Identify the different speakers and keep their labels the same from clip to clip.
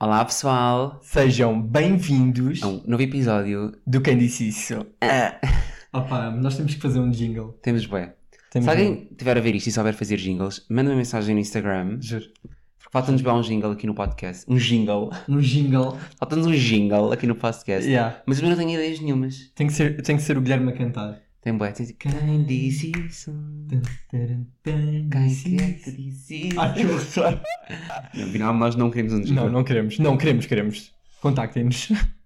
Speaker 1: Olá pessoal,
Speaker 2: Sejam bem-vindos
Speaker 1: é um novo episódio.
Speaker 2: do Quem Disse Isso.
Speaker 1: É.
Speaker 2: Opa, nós temos que fazer um jingle.
Speaker 1: Temos bué.
Speaker 2: Temos
Speaker 1: Se
Speaker 2: um-
Speaker 1: alguém tiver a ver isto e souber fazer jingles, manda uma mensagem no Instagram.
Speaker 2: Juro.
Speaker 1: Porque falta-nos bem um jingle aqui no podcast. Um jingle.
Speaker 2: Um jingle.
Speaker 1: Falta-nos um jingle aqui no podcast.
Speaker 2: Yeah.
Speaker 1: Mas eu não tenho ideias nenhumas.
Speaker 2: Tem, que ser, tem que ser o Guilherme a cantar.
Speaker 1: Tem bué. Tem... Quem disse isso? Quem é que disse isso?
Speaker 2: Ai, que horror.
Speaker 1: No final nós não queremos um jingle.
Speaker 2: Ah. Não, não queremos. Não, queremos, queremos. Contactem-nos.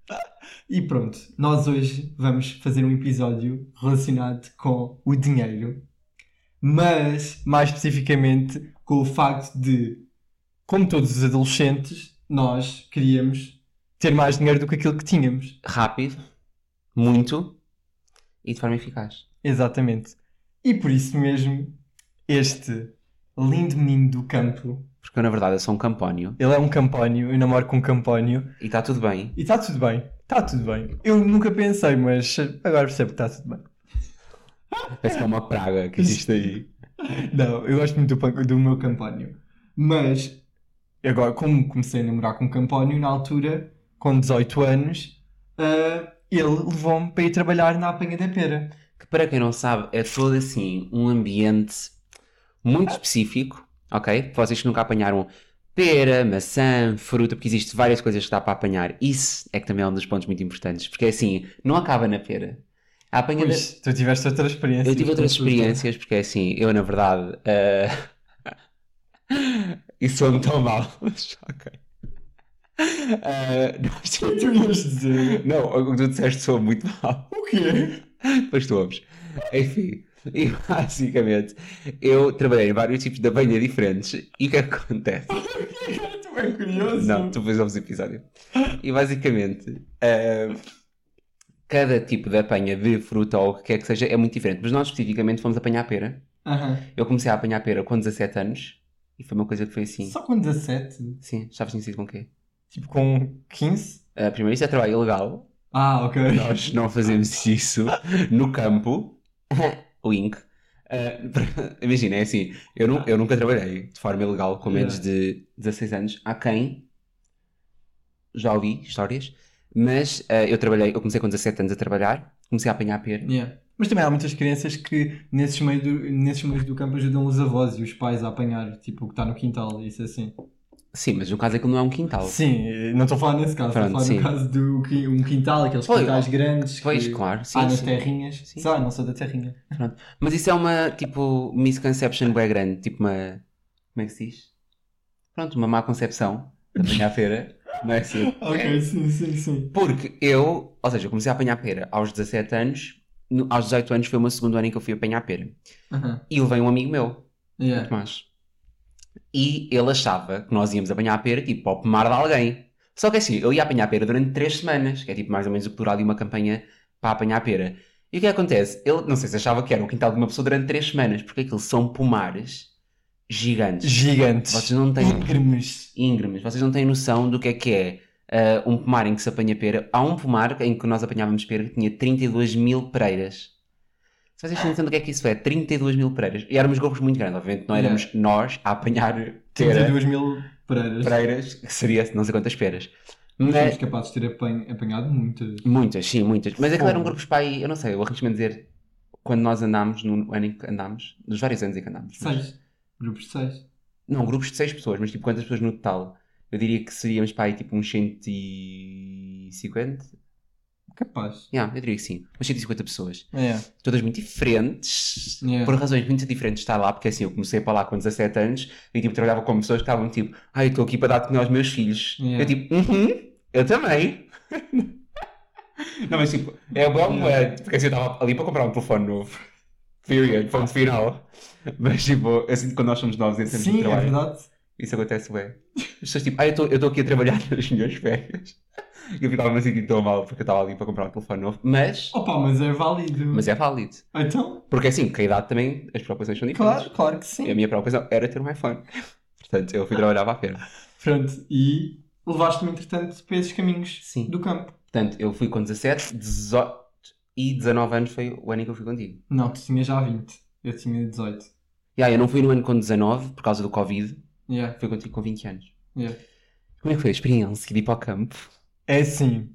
Speaker 2: E pronto, nós hoje vamos fazer um episódio relacionado com o dinheiro, mas mais especificamente com o facto de, como todos os adolescentes, nós queríamos ter mais dinheiro do que aquilo que tínhamos.
Speaker 1: Rápido. Muito. E de forma eficaz.
Speaker 2: Exatamente. E por isso mesmo, este lindo menino do campo,
Speaker 1: Porque eu na verdade eu sou um campónio.
Speaker 2: ele é um campónio, eu namoro com um campónio,
Speaker 1: E está tudo bem.
Speaker 2: E está tudo bem, está tudo bem. Eu nunca pensei, mas agora percebo que está tudo bem.
Speaker 1: Parece que é uma praga que existe aí.
Speaker 2: Não, eu gosto muito do, pan- do meu campónio. Mas, agora, como comecei a namorar com o campónio, na altura, com 18 anos, ah, ele levou-me para ir trabalhar na apanha da pera.
Speaker 1: que para quem não sabe é todo assim um ambiente muito específico, ok? Vocês que nunca apanharam pera, maçã, fruta, porque existe várias coisas que dá para apanhar. Isso é que também é um dos pontos muito importantes, porque assim, não acaba na pera. A apanha da-
Speaker 2: Pois, é assim, tu tiveste outra experiência.
Speaker 1: Eu tive outras experiências, porque assim, eu na verdade. eh, Isso soa-me tão mal, mas ok. Eh, nós
Speaker 2: O que
Speaker 1: tivemos-
Speaker 2: tu ias dizer?
Speaker 1: Não, o que tu disseste soa muito mal.
Speaker 2: O quê?
Speaker 1: Depois tu ouves. Enfim, e basicamente eu trabalhei em vários tipos de banha diferentes e o que é que acontece?
Speaker 2: tu é curioso.
Speaker 1: Não, tu depois ouves o episódio. E basicamente, ah, cada tipo de apanha de fruta ou o que quer que seja é muito diferente. Mas nós especificamente fomos apanhar pera.
Speaker 2: Aham.
Speaker 1: Eu comecei a apanhar pera com 17 anos e foi uma coisa que foi assim.
Speaker 2: Só com 17?
Speaker 1: Sim, já tinha sido com o quê?
Speaker 2: Tipo com 15?
Speaker 1: Ah, primeiro, isso é trabalho ilegal.
Speaker 2: Ah, ok.
Speaker 1: Nós não fazemos isso no campo. Wink. Ah, imagina, é assim, eu, nu- eu nunca trabalhei de forma ilegal com menos de 16 anos. Há quem já ouvi histórias, mas ah, eu trabalhei, eu comecei com 17 anos a trabalhar, comecei a apanhar pera.
Speaker 2: Yeah. Mas também há muitas crianças que nesses, meio do, nesses meios do campo ajudam os avós e os pais a apanhar, tipo, o que está no quintal, isso assim.
Speaker 1: Sim, mas no caso aquilo não é um quintal.
Speaker 2: Sim, eh, não estou a falar nesse caso, estou a
Speaker 1: Pronto,
Speaker 2: falar
Speaker 1: sim.
Speaker 2: no caso do qui- um quintal, aqueles
Speaker 1: Pois,
Speaker 2: quintais grandes
Speaker 1: Pois,
Speaker 2: que
Speaker 1: claro, sim,
Speaker 2: há nas
Speaker 1: sim.
Speaker 2: terrinhas.
Speaker 1: Sim.
Speaker 2: Sei, não sou da terrinha.
Speaker 1: Mas isso é uma, tipo, misconception bem grande, tipo uma, como é que se diz? Pronto, uma má concepção de apanhar pera, não é assim?
Speaker 2: Ok, sim, sim, sim.
Speaker 1: Porque eu, ou seja, eu comecei a apanhar pera aos 17 anos, no- aos 18 anos foi o meu segundo ano em que eu fui apanhar pera.
Speaker 2: Aham,
Speaker 1: E levei um amigo meu,
Speaker 2: yeah.
Speaker 1: Tomás. E ele achava que nós íamos apanhar pera tipo ao pomar de alguém. Só que assim, eu ia apanhar pera durante 3 semanas, que é tipo mais ou menos o plural de uma campanha para apanhar pera. E o que acontece? Ele, não sei se achava que era o quintal de uma pessoa durante 3 semanas, porque aquilo são pomares gigantes.
Speaker 2: Gigantes.
Speaker 1: Vocês não têm
Speaker 2: Íngremes.
Speaker 1: íngremes. Vocês não têm noção do que é que é ah, um pomar em que se apanha pera. Há um pomar em que nós apanhávamos pera que tinha 32 mil pereiras. Se vocês têm noção do que é que isso é, 32 mil pereiras. E éramos grupos muito grandes, obviamente. Não éramos nós a apanhar pera,
Speaker 2: 32 mil pereiras.
Speaker 1: pereiras, que seria não sei quantas peras.
Speaker 2: Somos
Speaker 1: Mas,
Speaker 2: capazes de ter apan- apanhado muitas.
Speaker 1: muitas, sim, muitas. Mas aquilo eram
Speaker 2: Fogo.
Speaker 1: grupos para aí, eu não sei, eu arrisco-me a dizer, quando nós andámos, no ano em que andámos, nos vários anos em que andámos. é? mas-
Speaker 2: Seis. Grupos de seis.
Speaker 1: Não, grupos de 6 pessoas, mas tipo quantas pessoas no total? Eu diria que seríamos para aí tipo uns 150?
Speaker 2: Capaz.
Speaker 1: Yeah, eu diria que sim, umas 150 pessoas.
Speaker 2: É.
Speaker 1: Todas muito diferentes,
Speaker 2: Yeah.
Speaker 1: por razões muito diferentes de estar lá, porque assim, eu comecei para lá com 17 anos e tipo trabalhava com pessoas que estavam tipo, ai, eu estou aqui para dar de comer aos meus filhos.
Speaker 2: Yeah.
Speaker 1: Eu tipo, uhum, eu também. Não, mas tipo, é bom,
Speaker 2: Yeah.
Speaker 1: é, porque assim, eu estava ali para comprar um telefone novo. Period, ponto final. Mas tipo, eu sinto que quando nós somos novos em termos de
Speaker 2: Sim, é
Speaker 1: um trabalho.
Speaker 2: verdade.
Speaker 1: Isso acontece bem. As pessoas tipo, ah, eu estou aqui a trabalhar nas minhas férias. E eu ficava-me assim tão mal porque eu estava ali para comprar um telefone novo. Mas,
Speaker 2: Opa, mas é válido.
Speaker 1: mas é válido.
Speaker 2: Então,
Speaker 1: Porque assim, com a idade também as preocupações são diferentes.
Speaker 2: Claro, claro que
Speaker 1: E a
Speaker 2: sim.
Speaker 1: minha preocupação era ter um iPhone. Portanto, eu fui trabalhar para a feira.
Speaker 2: Pronto, e levaste-me, entretanto, para esses caminhos
Speaker 1: Sim.
Speaker 2: do campo.
Speaker 1: Portanto, eu fui com 17, 18 e 19 anos foi o ano em que eu fui contigo.
Speaker 2: Não, tu tinhas já 20. Eu tinha 18.
Speaker 1: E aí, eu não fui no ano com 19 por causa do Covid.
Speaker 2: Yeah,
Speaker 1: Fui contigo com 20 anos.
Speaker 2: yeah.
Speaker 1: Como é que foi a experiência de ir para o campo?
Speaker 2: É assim,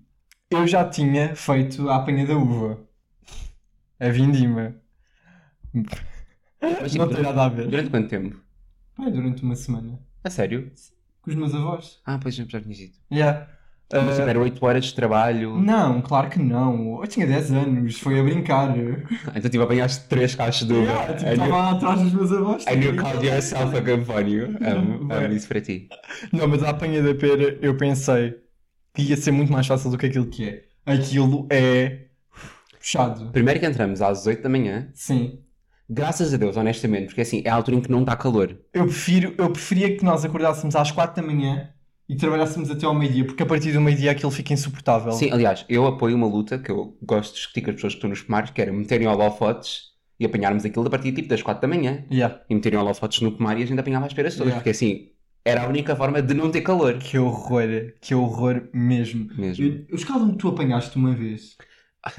Speaker 2: eu já tinha feito a apanha da uva. A vindima.
Speaker 1: Mas, tipo,
Speaker 2: não tem nada a ver.
Speaker 1: Durante quanto tempo?
Speaker 2: Pai, durante uma semana.
Speaker 1: A sério?
Speaker 2: Com os meus avós.
Speaker 1: Ah, pois já tinha dito.
Speaker 2: Yeah.
Speaker 1: Mas
Speaker 2: Ah,
Speaker 1: tipo, era 8 horas de trabalho.
Speaker 2: não, claro que não. Eu tinha 10 anos, foi a brincar.
Speaker 1: Então tipo, apanhaste 3 caixas de uva.
Speaker 2: Yeah, tipo,
Speaker 1: I
Speaker 2: Estava
Speaker 1: knew-
Speaker 2: lá atrás dos meus avós.
Speaker 1: I knew
Speaker 2: tipo,
Speaker 1: called yourself a Campónio. Amo,
Speaker 2: Bem.
Speaker 1: amo isso para ti.
Speaker 2: Não, mas a apanha da pera eu pensei que ia ser muito mais fácil do que aquilo que é. Aquilo é puxado.
Speaker 1: Primeiro que entramos às 8 da manhã,
Speaker 2: Sim.
Speaker 1: graças a Deus, honestamente, porque assim, é a altura em que não está calor.
Speaker 2: Eu prefiro, eu preferia que nós acordássemos às 4 da manhã e trabalhássemos até ao meio-dia, porque a partir do meio-dia aquilo fica insuportável.
Speaker 1: Sim, aliás, eu apoio uma luta que eu gosto de discutir com as pessoas que estão nos pomares, que era meterem holofotes e apanharmos aquilo a partir tipo das 4 da manhã.
Speaker 2: Yeah.
Speaker 1: E meterem holofotes no pomar e a gente apanhava as peras todas,
Speaker 2: Yeah.
Speaker 1: porque assim, era a única forma de não ter calor.
Speaker 2: Que horror, que horror mesmo.
Speaker 1: Mesmo.
Speaker 2: Eu, eu escaldo-me que tu apanhaste uma vez.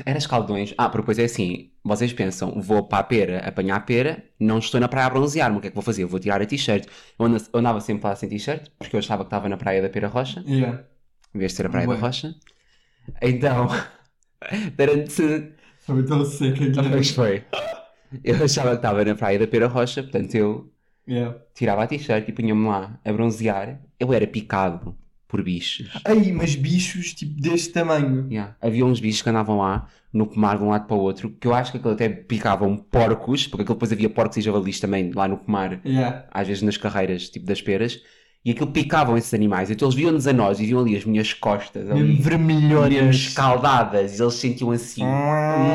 Speaker 1: Era escaldões. Ah, porque depois é assim, vocês pensam, vou para a pera apanhar a pera, não estou na praia a bronzear-me, o que é que vou fazer? Vou tirar a t-shirt. Eu anda- eu andava sempre lá sem t-shirt, porque eu achava que estava na praia da Pera Rocha,
Speaker 2: Yeah.
Speaker 1: em vez de ser a praia
Speaker 2: Ué.
Speaker 1: da Rocha. Então, durante...
Speaker 2: Estava tão seca. é.
Speaker 1: Pois foi. Eu achava que estava na praia da Pera Rocha, portanto eu
Speaker 2: Yeah.
Speaker 1: tirava a t-shirt e punha-me lá a bronzear. Eu era picado por bichos.
Speaker 2: Ai, mas bichos tipo deste tamanho.
Speaker 1: Yeah. Havia uns bichos que andavam lá no pomar de um lado para o outro, que eu acho que aquilo até picavam porcos, porque aquilo depois havia porcos e javalis também lá no pomar,
Speaker 2: Yeah.
Speaker 1: às vezes nas carreiras, tipo das peras, e aquilo picavam esses animais. Então eles viam-nos a nós e viam ali as minhas costas,
Speaker 2: Mesmo
Speaker 1: ali, mesmo
Speaker 2: vermelhões.
Speaker 1: escaldadas, e eles sentiam assim.
Speaker 2: Ah.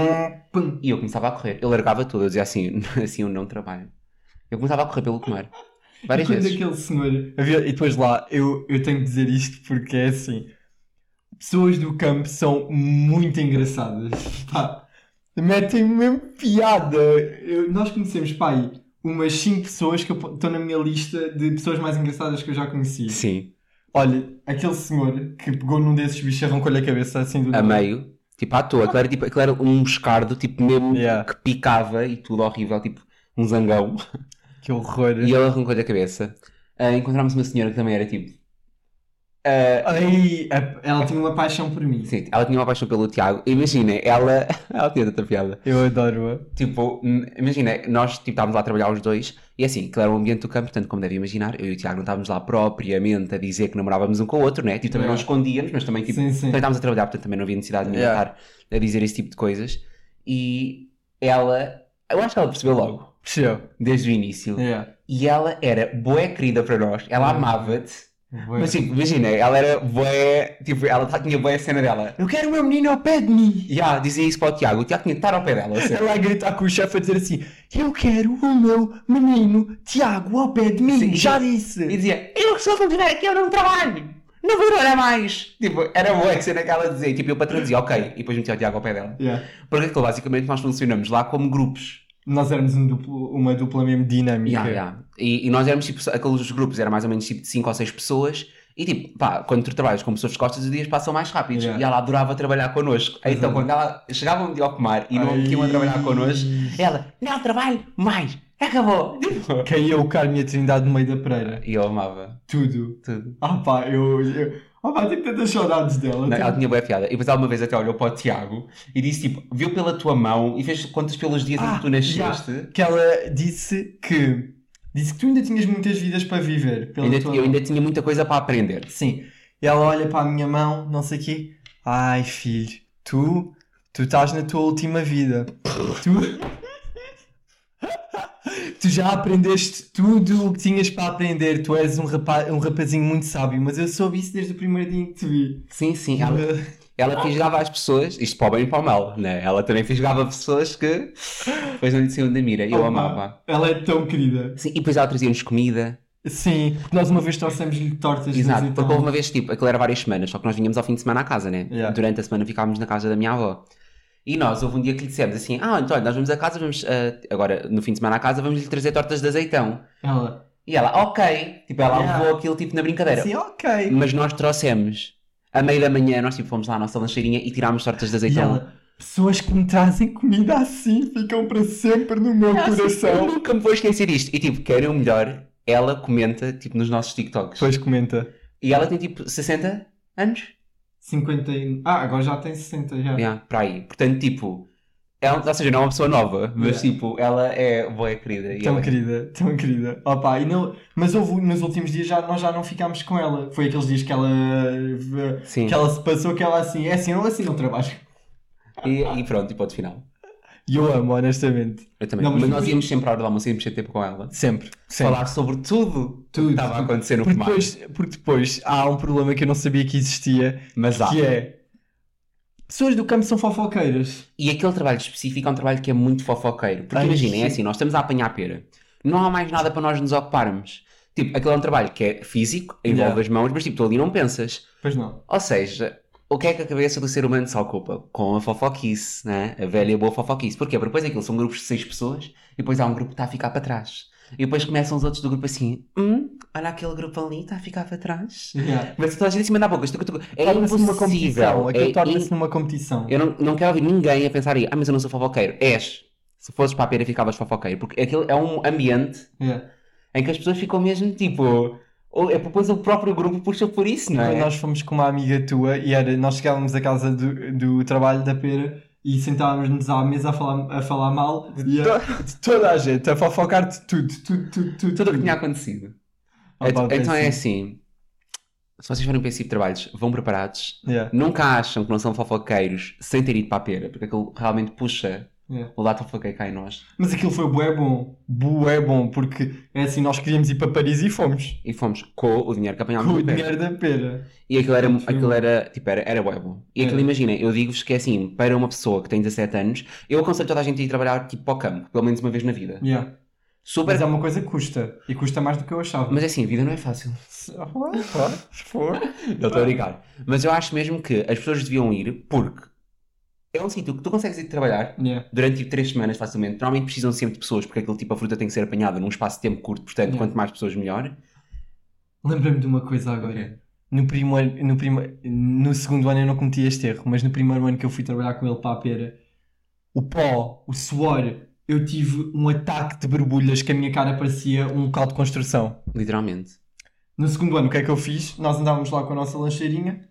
Speaker 1: E eu começava a correr, eu largava tudo, eu dizia assim, assim eu não trabalho. Eu começava a correr pelo pomar, várias
Speaker 2: Quando
Speaker 1: vezes.
Speaker 2: aquele senhor. Havia- E depois lá, eu, eu tenho que dizer isto porque é assim: pessoas do campo são muito engraçadas. Pá, metem mesmo piada. Eu- nós conhecemos, pai, umas 5 pessoas que eu po- estão na minha lista de pessoas mais engraçadas que eu já conheci.
Speaker 1: Sim,
Speaker 2: Olha, aquele senhor que pegou num desses bichos e arrancou-lhe a cabeça assim do
Speaker 1: a meio, tipo à toa, aquilo era, tipo, aquilo era um moscardo, tipo mesmo
Speaker 2: Yeah.
Speaker 1: que picava e tudo horrível, tipo um zangão.
Speaker 2: Que horror.
Speaker 1: E ele arrancou-lhe a cabeça. Ah, encontramos uma senhora que também era tipo. ah,
Speaker 2: Ai, a- ela tinha uma paixão por mim.
Speaker 1: sim, ela tinha uma paixão pelo Tiago. Imagina, ela. Ela tinha tanta piada.
Speaker 2: Eu adoro-a.
Speaker 1: Tipo, hum, imagina, nós tipo, estávamos lá a trabalhar os dois e assim, que era um ambiente do campo, portanto, como devem imaginar, eu e o Tiago não estávamos lá propriamente a dizer que namorávamos um com o outro, né? Tipo, também não
Speaker 2: Yeah.
Speaker 1: escondíamos, mas também tipo,
Speaker 2: Sim, sim.
Speaker 1: também estávamos a trabalhar, portanto também não havia necessidade de me
Speaker 2: Yeah.
Speaker 1: estar a dizer esse tipo de coisas. E ela. Eu acho que ela percebeu logo,
Speaker 2: Percebeu?
Speaker 1: desde o início.
Speaker 2: Yeah.
Speaker 1: E ela era boa querida para nós, ela
Speaker 2: Yeah.
Speaker 1: amava-te.
Speaker 2: Bué.
Speaker 1: Mas tipo, imagina, ela era bué, tipo, ela tá- tinha bué a cena dela.
Speaker 2: Eu quero o meu menino ao pé de mim.
Speaker 1: E ah, dizia isso para o Tiago, o Tiago tinha de estar ao pé dela. assim.
Speaker 2: Ela a gritar com o chefe a dizer assim: Eu quero o meu menino Tiago ao pé de mim.
Speaker 1: Sim.
Speaker 2: Já
Speaker 1: E
Speaker 2: disse.
Speaker 1: dizia, eu se eu continuar aqui eu não trabalho, não vou trabalhar mais. Tipo, era boa a cena que ela dizia, tipo, eu patrão dizia, ok, e depois metia o Tiago ao pé dela. Porque aquilo, basicamente nós funcionamos lá como grupos.
Speaker 2: Nós éramos um duplo- uma dupla mesmo dinâmica.
Speaker 1: Yeah, yeah. E, e nós éramos tipo, aqueles grupos, era mais ou menos tipo de 5 ou 6 pessoas. E tipo, pá, quando tu trabalhas com pessoas de costas, os dias passam mais rápidos.
Speaker 2: Yeah.
Speaker 1: E ela adorava trabalhar connosco. Então,
Speaker 2: Uhum.
Speaker 1: quando ela chegava um dia ao pomar e não
Speaker 2: Ai.
Speaker 1: queriam trabalhar connosco, ela, não trabalho mais, acabou. Tipo,
Speaker 2: Caía o Carminha Trindade no meio da pereira.
Speaker 1: E eu amava
Speaker 2: Tudo.
Speaker 1: tudo.
Speaker 2: Ah pá, eu. eu... Ah pá, tenho tantas saudades dela.
Speaker 1: Não, ela tinha boa piada. E depois alguma vez até olhou para o Tiago e disse tipo, viu pela tua mão e fez contas pelos dias em
Speaker 2: Ah,
Speaker 1: que tu nasceste.
Speaker 2: Que ela disse que. Disse que tu ainda tinhas muitas vidas para viver. Pela
Speaker 1: Ainda-
Speaker 2: tua...
Speaker 1: eu ainda tinha muita coisa para aprender.
Speaker 2: Sim. E ela olha para a minha mão, não sei o quê. Ai, filho, tu, tu estás na tua última vida. Tu, tu já aprendeste tudo o que tinhas para aprender. Tu és um, rapa, um rapazinho muito sábio, mas eu soube isso desde o primeiro dia em que te vi.
Speaker 1: Sim, sim. Ela, Ela fisgava as pessoas, isto para o bem e para o mal, né? Ela também fisgava pessoas que depois não lhe diziam da mira, eu
Speaker 2: Oh,
Speaker 1: amava.
Speaker 2: Ela é tão querida.
Speaker 1: Sim, e depois ela trazia-nos comida,
Speaker 2: Sim, nós uma vez trouxemos-lhe tortas.
Speaker 1: exato,
Speaker 2: mas então
Speaker 1: porque houve uma vez, tipo, aquilo era várias semanas, só que nós vinhamos ao fim de semana à casa, né?
Speaker 2: Yeah.
Speaker 1: Durante a semana ficávamos na casa da minha avó. E nós, houve um dia que lhe dissemos assim, ah, então olha, nós vamos a casa, vamos, ah, agora, no fim de semana à casa, vamos lhe trazer tortas de azeitão.
Speaker 2: Ela,
Speaker 1: E ela, ok, tipo, ela
Speaker 2: Yeah.
Speaker 1: levou aquilo, tipo, na brincadeira.
Speaker 2: sim, ok.
Speaker 1: Mas nós trouxemos, a meio da manhã, nós, tipo, fomos lá à nossa lancheirinha e tirámos tortas de
Speaker 2: E
Speaker 1: azeitão.
Speaker 2: ela, pessoas que me trazem comida assim ficam para sempre no meu
Speaker 1: Ah, sim, Eu
Speaker 2: coração.
Speaker 1: nunca me vou esquecer isto. E tipo, querem o melhor, ela comenta tipo nos nossos TikToks.
Speaker 2: Depois comenta.
Speaker 1: E ela tem tipo 60 anos?
Speaker 2: 50 e... Ah, agora já tem 60 já.
Speaker 1: Yeah, para aí. Portanto, tipo, ela, ou seja, não é uma pessoa nova, mas
Speaker 2: Yeah. Então,
Speaker 1: tipo, ela é boa querida. e
Speaker 2: Tão
Speaker 1: ela é-
Speaker 2: querida, tão querida. Opa, e não... Mas houve, nos últimos dias já, nós já não ficámos com ela. Foi aqueles dias que ela,
Speaker 1: Sim.
Speaker 2: que ela se passou, que ela assim, é assim, não assim não trabalho.
Speaker 1: E, e pronto, e ponto final.
Speaker 2: E eu amo, honestamente.
Speaker 1: Eu também.
Speaker 2: Não,
Speaker 1: mas
Speaker 2: mas-
Speaker 1: nós íamos sempre ao almoço, íamos sempre ter tempo com ela.
Speaker 2: Sempre.
Speaker 1: Falar sobre tudo,
Speaker 2: Tudo.
Speaker 1: que estava a acontecer no
Speaker 2: Porque
Speaker 1: primário.
Speaker 2: depois, porque depois há um problema que eu não sabia que existia,
Speaker 1: Mas há.
Speaker 2: que é... Pessoas do campo são fofoqueiras.
Speaker 1: E aquele trabalho específico é um trabalho que é muito fofoqueiro. Porque
Speaker 2: Ai,
Speaker 1: imaginem, é
Speaker 2: sim.
Speaker 1: assim, nós estamos a apanhar pera. Não há mais nada para nós nos ocuparmos. Tipo, aquele é um trabalho que é físico, envolve
Speaker 2: Yeah.
Speaker 1: as mãos, mas tipo, tu ali não pensas.
Speaker 2: Pois não.
Speaker 1: Ou seja, o que é que a cabeça do ser humano se ocupa? Com a fofoquice, né? A velha e boa fofoquice. Porquê? Porque depois aquilo são grupos de seis pessoas e depois há um grupo que está a ficar para trás. E depois começam os outros do grupo assim: hum, olha aquele grupo ali, está a ficar para trás.
Speaker 2: Yeah.
Speaker 1: Mas toda a gente em cima da boca, estucu, estucu. é
Speaker 2: Torna-se numa competição.
Speaker 1: impossível.
Speaker 2: Aquilo
Speaker 1: É
Speaker 2: torna-se numa competição.
Speaker 1: eu não, não quero ouvir ninguém a pensar aí, ah, mas eu não sou fofoqueiro. És. Se fosses para a pera, ficavas fofoqueiro. Porque aquele é um ambiente
Speaker 2: Yeah.
Speaker 1: em que as pessoas ficam mesmo tipo. Ou, é, depois o próprio grupo puxa por isso, não
Speaker 2: Quando
Speaker 1: é?
Speaker 2: nós fomos com uma amiga tua e era, nós chegávamos à casa do, do trabalho da pera e sentávamos-nos à mesa a falar, a falar mal e a- de toda a gente, a fofocar de tudo, tudo, tudo, tudo.
Speaker 1: Tudo o que
Speaker 2: tudo.
Speaker 1: tinha acontecido.
Speaker 2: Ah, pá,
Speaker 1: Et- então é
Speaker 2: péssimo.
Speaker 1: assim. Se vocês forem para esse tipo de trabalhos, vão preparados.
Speaker 2: Yeah,
Speaker 1: Nunca acham que não são fofoqueiros sem ter ido para a pera, porque aquilo realmente puxa
Speaker 2: yeah.
Speaker 1: o lado fofoqueiro cá em nós.
Speaker 2: Mas aquilo foi bué bom, bué bom, porque é assim, nós queríamos ir para Paris e fomos.
Speaker 1: E fomos com o dinheiro que apanhámos
Speaker 2: Com
Speaker 1: na
Speaker 2: o
Speaker 1: pera.
Speaker 2: dinheiro da pera.
Speaker 1: E aquilo era,
Speaker 2: Muito
Speaker 1: aquilo era tipo, era, era bué bom. E aquilo,
Speaker 2: Era.
Speaker 1: imagina, eu digo-vos que é assim, para uma pessoa que tem 17 anos, eu aconselho toda a gente a ir trabalhar tipo para o campo, pelo menos uma vez na vida.
Speaker 2: Yeah.
Speaker 1: Super.
Speaker 2: Mas
Speaker 1: Mas,
Speaker 2: é uma coisa que custa, e custa mais do que eu achava.
Speaker 1: é assim, a vida não é fácil.
Speaker 2: Ah, claro, se for.
Speaker 1: Não estou a brincar. Mas eu acho mesmo que as pessoas deviam ir porque é um sítio que tu consegues ir trabalhar
Speaker 2: Yeah.
Speaker 1: durante tipo 3 semanas facilmente. Normalmente precisam sempre de pessoas porque aquele tipo a fruta tem que ser apanhada num espaço de tempo curto, portanto,
Speaker 2: Yeah.
Speaker 1: quanto mais pessoas melhor.
Speaker 2: Lembra-me de uma coisa agora.
Speaker 1: Ok.
Speaker 2: No, primeiro, no, prime... no segundo ano eu não cometi este erro, mas no primeiro ano que eu fui trabalhar com ele para a pera, o pó, o suor, eu tive um ataque de borbulhas que a minha cara parecia um local de construção.
Speaker 1: Literalmente.
Speaker 2: No segundo ano, o que é que eu fiz? Nós andávamos lá com a nossa lancheirinha,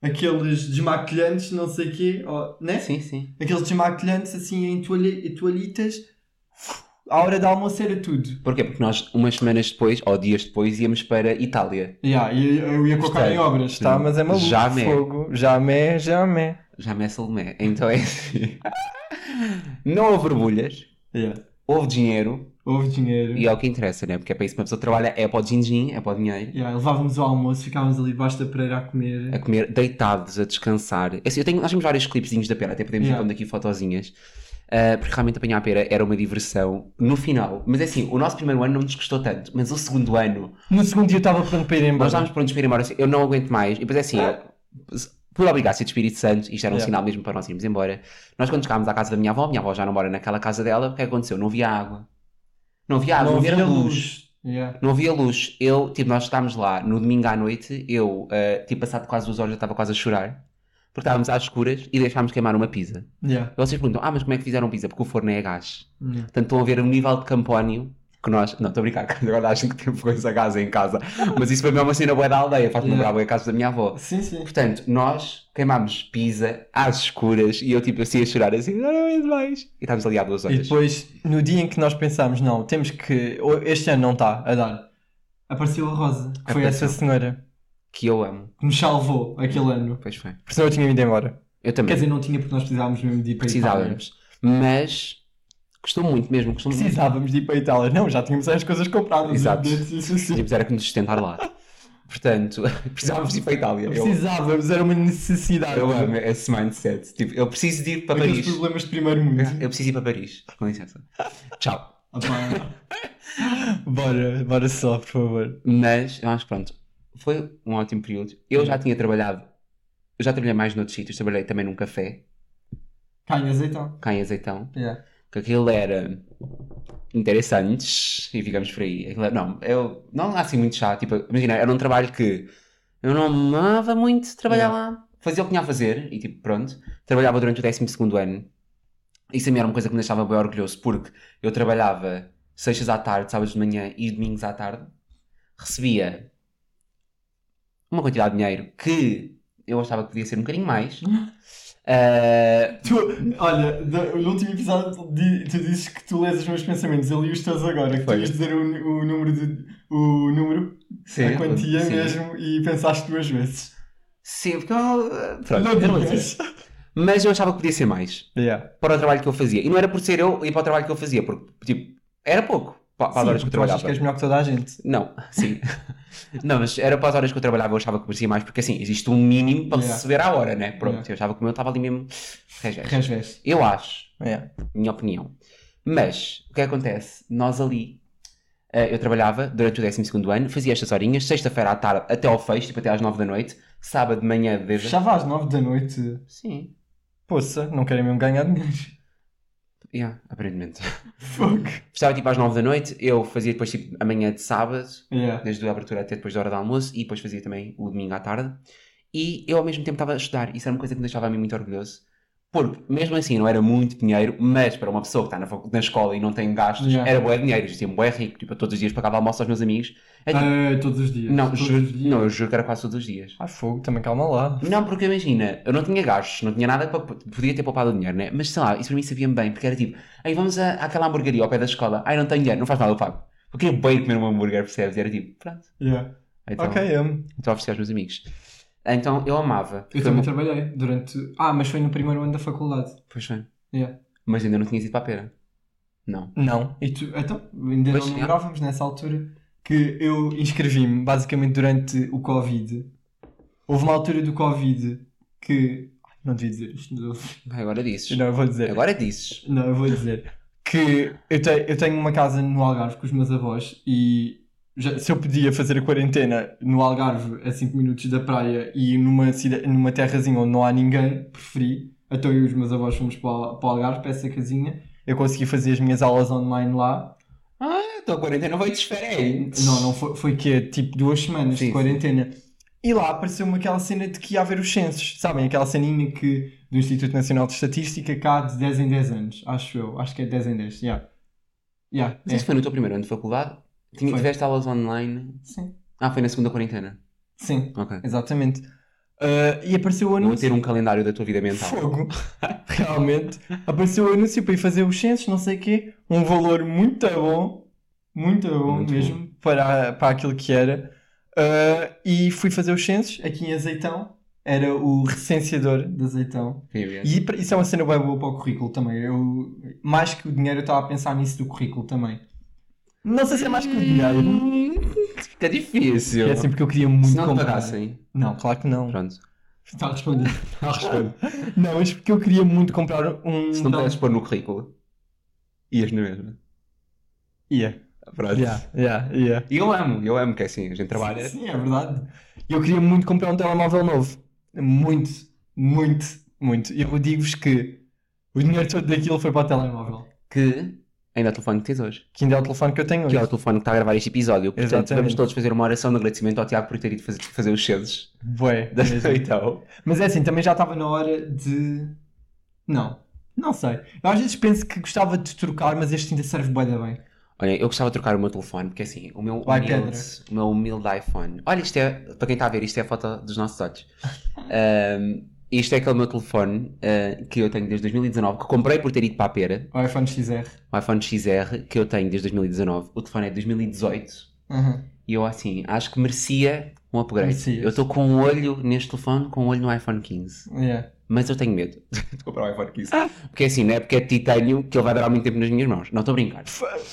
Speaker 2: aqueles desmaquilhantes, não sei o quê, ó, né?
Speaker 1: Sim, sim.
Speaker 2: Aqueles desmaquilhantes assim em toalhe- em toalhitas. A hora da almoço era tudo.
Speaker 1: Porquê? Porque nós, umas semanas depois, ou dias depois, íamos para Itália.
Speaker 2: Yeah, e eu, eu ia com a cara em
Speaker 1: Gostei.
Speaker 2: obras, tá? Mas é maluco.
Speaker 1: Jamais.
Speaker 2: Fogo. Jamais, jamais.
Speaker 1: Já me é Salomé. Então é assim. Não houve borbulhas,
Speaker 2: Yeah.
Speaker 1: houve dinheiro
Speaker 2: Houve dinheiro.
Speaker 1: e é o que interessa, né? Porque é para isso que uma pessoa trabalha, é para o din-din, é para o dinheiro.
Speaker 2: Yeah, levávamos o almoço, ficávamos ali debaixo da pereira a comer.
Speaker 1: A comer, deitados, a descansar. É Assim, eu tenho, nós temos vários clipezinhos da pera, até podemos ir
Speaker 2: Yeah.
Speaker 1: pondo aqui fotozinhas. Ah, porque realmente apanhar a pera era uma diversão no final. Mas é assim, o nosso primeiro ano não nos gostou tanto, mas o segundo ano,
Speaker 2: No segundo dia eu estava pronto para ir
Speaker 1: nós
Speaker 2: embora.
Speaker 1: estávamos prontos para ir embora, assim, eu não aguento mais. E depois é assim,
Speaker 2: Ah.
Speaker 1: eu- por obrigar-se de Espírito Santo, isto era um
Speaker 2: Yeah.
Speaker 1: sinal mesmo para nós irmos embora. Nós quando chegámos à casa da minha avó, minha avó já não mora naquela casa dela, o que é que aconteceu? Não havia água. Não havia água, não, havia luz.
Speaker 2: Yeah.
Speaker 1: Não havia luz. Eu, tipo, nós estávamos lá no domingo à noite, eu, ah, tipo, passado quase duas horas, eu estava quase a chorar. Porque estávamos às escuras e deixámos queimar uma pizza.
Speaker 2: Yeah.
Speaker 1: E vocês perguntam, ah, mas como é que fizeram pizza? Porque o forno é a gás.
Speaker 2: Yeah.
Speaker 1: Portanto, estão a ver o nível de campónio que nós. Não, estou a brincar, que agora acham que temos coisa a gás em casa. Mas isso foi mesmo uma cena boa da aldeia, faz-me
Speaker 2: Yeah.
Speaker 1: lembrar bem a casa da minha avó.
Speaker 2: Sim, sim.
Speaker 1: Portanto, nós queimámos pizza às escuras e eu, tipo, assim a chorar, assim, não, não é mais. E estávamos ali há duas
Speaker 2: E
Speaker 1: horas.
Speaker 2: depois, no dia em que nós pensámos, não, temos que. ou- Este ano não está a dar. Apareceu a Rosa, que foi
Speaker 1: Apareceu.
Speaker 2: essa senhora
Speaker 1: Que eu amo.
Speaker 2: que nos salvou aquele ano.
Speaker 1: Pois foi.
Speaker 2: Porque senão eu tinha ido embora.
Speaker 1: Eu também.
Speaker 2: Quer dizer, não tinha porque nós precisávamos mesmo de ir para a Itália.
Speaker 1: precisávamos. Mas gostou muito mesmo, gostou muito.
Speaker 2: Precisávamos de ir para a Itália. Não, já tínhamos as coisas compradas. né?
Speaker 1: Exato.
Speaker 2: Isso, isso, isso.
Speaker 1: Tínhamos era que nos sustentar lá. Portanto, precisávamos de ir para a Itália. Eu,
Speaker 2: Precisávamos, era uma necessidade.
Speaker 1: eu amo esse mindset. Tipo, eu preciso de ir para
Speaker 2: Aqueles
Speaker 1: Paris.
Speaker 2: problemas de primeiro mundo.
Speaker 1: Eu preciso ir para Paris. Com licença. Tchau.
Speaker 2: Opa. bora, bora só, por favor.
Speaker 1: Mas, eu acho que pronto, foi um ótimo período. Eu já tinha trabalhado, eu já trabalhei mais noutros sítios, trabalhei também num café,
Speaker 2: Canhas então.
Speaker 1: cá em Azeitão,
Speaker 2: Yeah.
Speaker 1: que aquilo era interessante e ficamos por aí. Aquilo era- não, eu não assim muito chato, tipo, imagina, era um trabalho que eu não amava muito trabalhar lá, fazia o que tinha a fazer e tipo, pronto, trabalhava durante o 12º ano. Isso a mim era uma coisa que me deixava bem orgulhoso, porque eu trabalhava sextas à tarde, sábados de manhã e domingos à tarde, recebia uma quantidade de dinheiro que eu achava que podia ser um bocadinho mais. Ah,
Speaker 2: Tu, olha, da- no último episódio di- tu dizes que tu lês os meus pensamentos, eu li os teus agora, que tu
Speaker 1: Foi.
Speaker 2: ias dizer o, nu- o número, de, o número
Speaker 1: sim,
Speaker 2: a quantia
Speaker 1: sim.
Speaker 2: mesmo, e pensaste duas vezes.
Speaker 1: Sim, porque eu. ah, Pronto,
Speaker 2: eh, Não
Speaker 1: eu não vou dizer.
Speaker 2: tinhas.
Speaker 1: Mas eu achava que podia ser mais
Speaker 2: Yeah.
Speaker 1: para o trabalho que eu fazia. E não era por ser eu e para o trabalho que eu fazia, porque, tipo, era pouco pa- para as horas que
Speaker 2: Sim,
Speaker 1: eu
Speaker 2: tu achas
Speaker 1: trabalhava.
Speaker 2: que és melhor que toda a gente.
Speaker 1: Não, sim. não, mas era para as horas que eu trabalhava, eu achava que merecia mais, porque assim, existe um mínimo para
Speaker 2: Yeah.
Speaker 1: receber à hora, né? Pronto,
Speaker 2: Yeah.
Speaker 1: eu achava que o meu estava ali mesmo. rasgado.
Speaker 2: Resves.
Speaker 1: Eu acho,
Speaker 2: Yeah.
Speaker 1: minha opinião. Mas, o que acontece? Nós ali, eh, eu trabalhava durante o 12 ano, fazia estas horinhas, sexta-feira à tarde até ao fecho, tipo até às 9 da noite, sábado de manhã, de vez.
Speaker 2: Fechava às nove da noite.
Speaker 1: Sim,
Speaker 2: Poça, não querem mesmo ganhar dinheiro.
Speaker 1: yeah, aparentemente.
Speaker 2: Fuck.
Speaker 1: Fechava tipo às 9 da noite, eu fazia depois tipo amanhã de sábado,
Speaker 2: Yeah.
Speaker 1: desde a abertura até depois da hora do almoço, e depois fazia também o domingo à tarde. E eu ao mesmo tempo estava a estudar, isso era uma coisa que me deixava a mim muito orgulhoso. Porque, mesmo assim, não era muito dinheiro, mas para uma pessoa que está na, facu- na escola e não tem gastos,
Speaker 2: Yeah.
Speaker 1: era bué dinheiro. Eu um bué rico, tipo, eu todos os dias pagava almoço aos meus amigos. É tipo,
Speaker 2: Ah, todos os dias.
Speaker 1: não,
Speaker 2: todos
Speaker 1: juro,
Speaker 2: os dias.
Speaker 1: não, eu juro que era quase todos os dias.
Speaker 2: Ai, fogo, também calma lá.
Speaker 1: Não, porque imagina, eu não tinha gastos, não tinha nada para. Podia ter poupado dinheiro, né? Mas sei lá, isso para mim sabia-me bem, porque era tipo, aí vamos a, àquela hamburgueria ao pé da escola, ai não tenho dinheiro, não faz nada, eu pago. Eu queria bem comer um hambúrguer, percebes? E era tipo, pronto.
Speaker 2: Yeah.
Speaker 1: Então,
Speaker 2: Ok, amo.
Speaker 1: então ofereci aos meus amigos. Então eu amava. Foi
Speaker 2: Eu também
Speaker 1: uma-
Speaker 2: trabalhei durante. Ah, mas foi no primeiro ano da faculdade.
Speaker 1: Pois bem.
Speaker 2: Yeah.
Speaker 1: Mas ainda não tinha ido para a pera. Não.
Speaker 2: Não. E tu, então, ainda
Speaker 1: Pois
Speaker 2: não
Speaker 1: sim.
Speaker 2: lembrávamos nessa altura que eu inscrevi-me basicamente durante o Covid. Houve uma altura do Covid que. Ai, Não devia dizer isto. Não,
Speaker 1: Agora dizes.
Speaker 2: não eu vou dizer.
Speaker 1: Agora dizes.
Speaker 2: Não, eu vou dizer. Que eu, te- eu tenho uma casa no Algarve com os meus avós e já- se eu podia fazer a quarentena no Algarve a 5 minutos da praia e numa, cida- numa terrazinha onde não há ninguém, preferi. Então eu e os meus avós fomos para o, para o Algarve, para essa casinha. Eu consegui fazer as minhas aulas online lá.
Speaker 1: Ah,
Speaker 2: É,
Speaker 1: estou a quarentena, vai diferente.
Speaker 2: Não, não foi, foi que tipo duas semanas
Speaker 1: Sim,
Speaker 2: de
Speaker 1: sim.
Speaker 2: quarentena. E lá apareceu-me aquela cena de que ia haver os censos, sabem? Aquela ceninha que do Instituto Nacional de Estatística cá de 10 em 10 anos, acho eu. Acho que é 10 em 10, já. Yeah,
Speaker 1: Mas
Speaker 2: é.
Speaker 1: isso foi no teu primeiro ano de faculdade? Tinha,
Speaker 2: Foi.
Speaker 1: tiveste aulas online?
Speaker 2: Sim,
Speaker 1: Ah, foi na segunda quarentena.
Speaker 2: sim,
Speaker 1: Ok.
Speaker 2: exatamente. Ah, e apareceu o
Speaker 1: Não
Speaker 2: anúncio.
Speaker 1: ter um calendário da tua vida mental.
Speaker 2: Fogo. Realmente. Apareceu o anúncio para ir fazer os censos, não sei o quê. Um valor muito bom. Muito bom
Speaker 1: Muito
Speaker 2: mesmo. Para, para aquilo que era. Ah, e fui fazer os censos aqui em Azeitão. Era o recenseador de Azeitão.
Speaker 1: Queria ver.
Speaker 2: E para- isso é uma cena bem boa para o currículo também. Eu, mais que o dinheiro, eu estava a pensar nisso do currículo também. Não sei se é mais que o dinheiro.
Speaker 1: Hum, Fica difícil.
Speaker 2: É assim porque eu queria muito
Speaker 1: Se não te
Speaker 2: comprar.
Speaker 1: pagassem.
Speaker 2: Não, claro que não.
Speaker 1: Pronto.
Speaker 2: Está a responder.
Speaker 1: Não respondo.
Speaker 2: Não, mas porque eu queria muito comprar um.
Speaker 1: Se não pudesses pôr no currículo, ias na mesma.
Speaker 2: Ia.
Speaker 1: Pronto.
Speaker 2: Yeah, yeah, yeah.
Speaker 1: E eu amo, eu amo que é assim, a gente trabalha.
Speaker 2: Sim, é verdade. Eu queria muito comprar um telemóvel novo. Muito, muito, muito. Eu digo-vos que o dinheiro todo daquilo foi para o telemóvel.
Speaker 1: Que ainda é o telefone que tens hoje.
Speaker 2: Que ainda é o telefone que eu tenho
Speaker 1: Que
Speaker 2: hoje.
Speaker 1: é o telefone que está a gravar este episódio. Portanto,
Speaker 2: Exatamente.
Speaker 1: vamos todos fazer uma oração de agradecimento ao Tiago por ter ido fazer, fazer os cedos.
Speaker 2: Bué,
Speaker 1: da
Speaker 2: É mesmo.
Speaker 1: então.
Speaker 2: Mas é assim, também já estava na hora de. Não, não sei. Eu às vezes penso que gostava de trocar, mas este ainda serve bué da bem.
Speaker 1: Olha, eu gostava de trocar o meu telefone, porque assim, o meu
Speaker 2: Vai,
Speaker 1: humilde, o meu humilde iPhone. Olha, isto é, para quem está a ver, isto é a foto dos nossos olhos. Ahm, isto é aquele meu telefone ah, que eu tenho desde 2019, que comprei por ter ido para a pera,
Speaker 2: O iPhone XR.
Speaker 1: o iPhone XR, que eu tenho desde 2019. O telefone é de 2018.
Speaker 2: Uhum.
Speaker 1: E eu assim, acho que merecia um upgrade.
Speaker 2: Merecias.
Speaker 1: Eu estou com um olho neste telefone, com um olho no iPhone 15.
Speaker 2: Yeah.
Speaker 1: Mas eu tenho medo de comprar o iPhone 15.
Speaker 2: Ah.
Speaker 1: Porque assim, não é porque é de titânio que ele vai durar muito tempo nas minhas mãos. Não estou a brincar.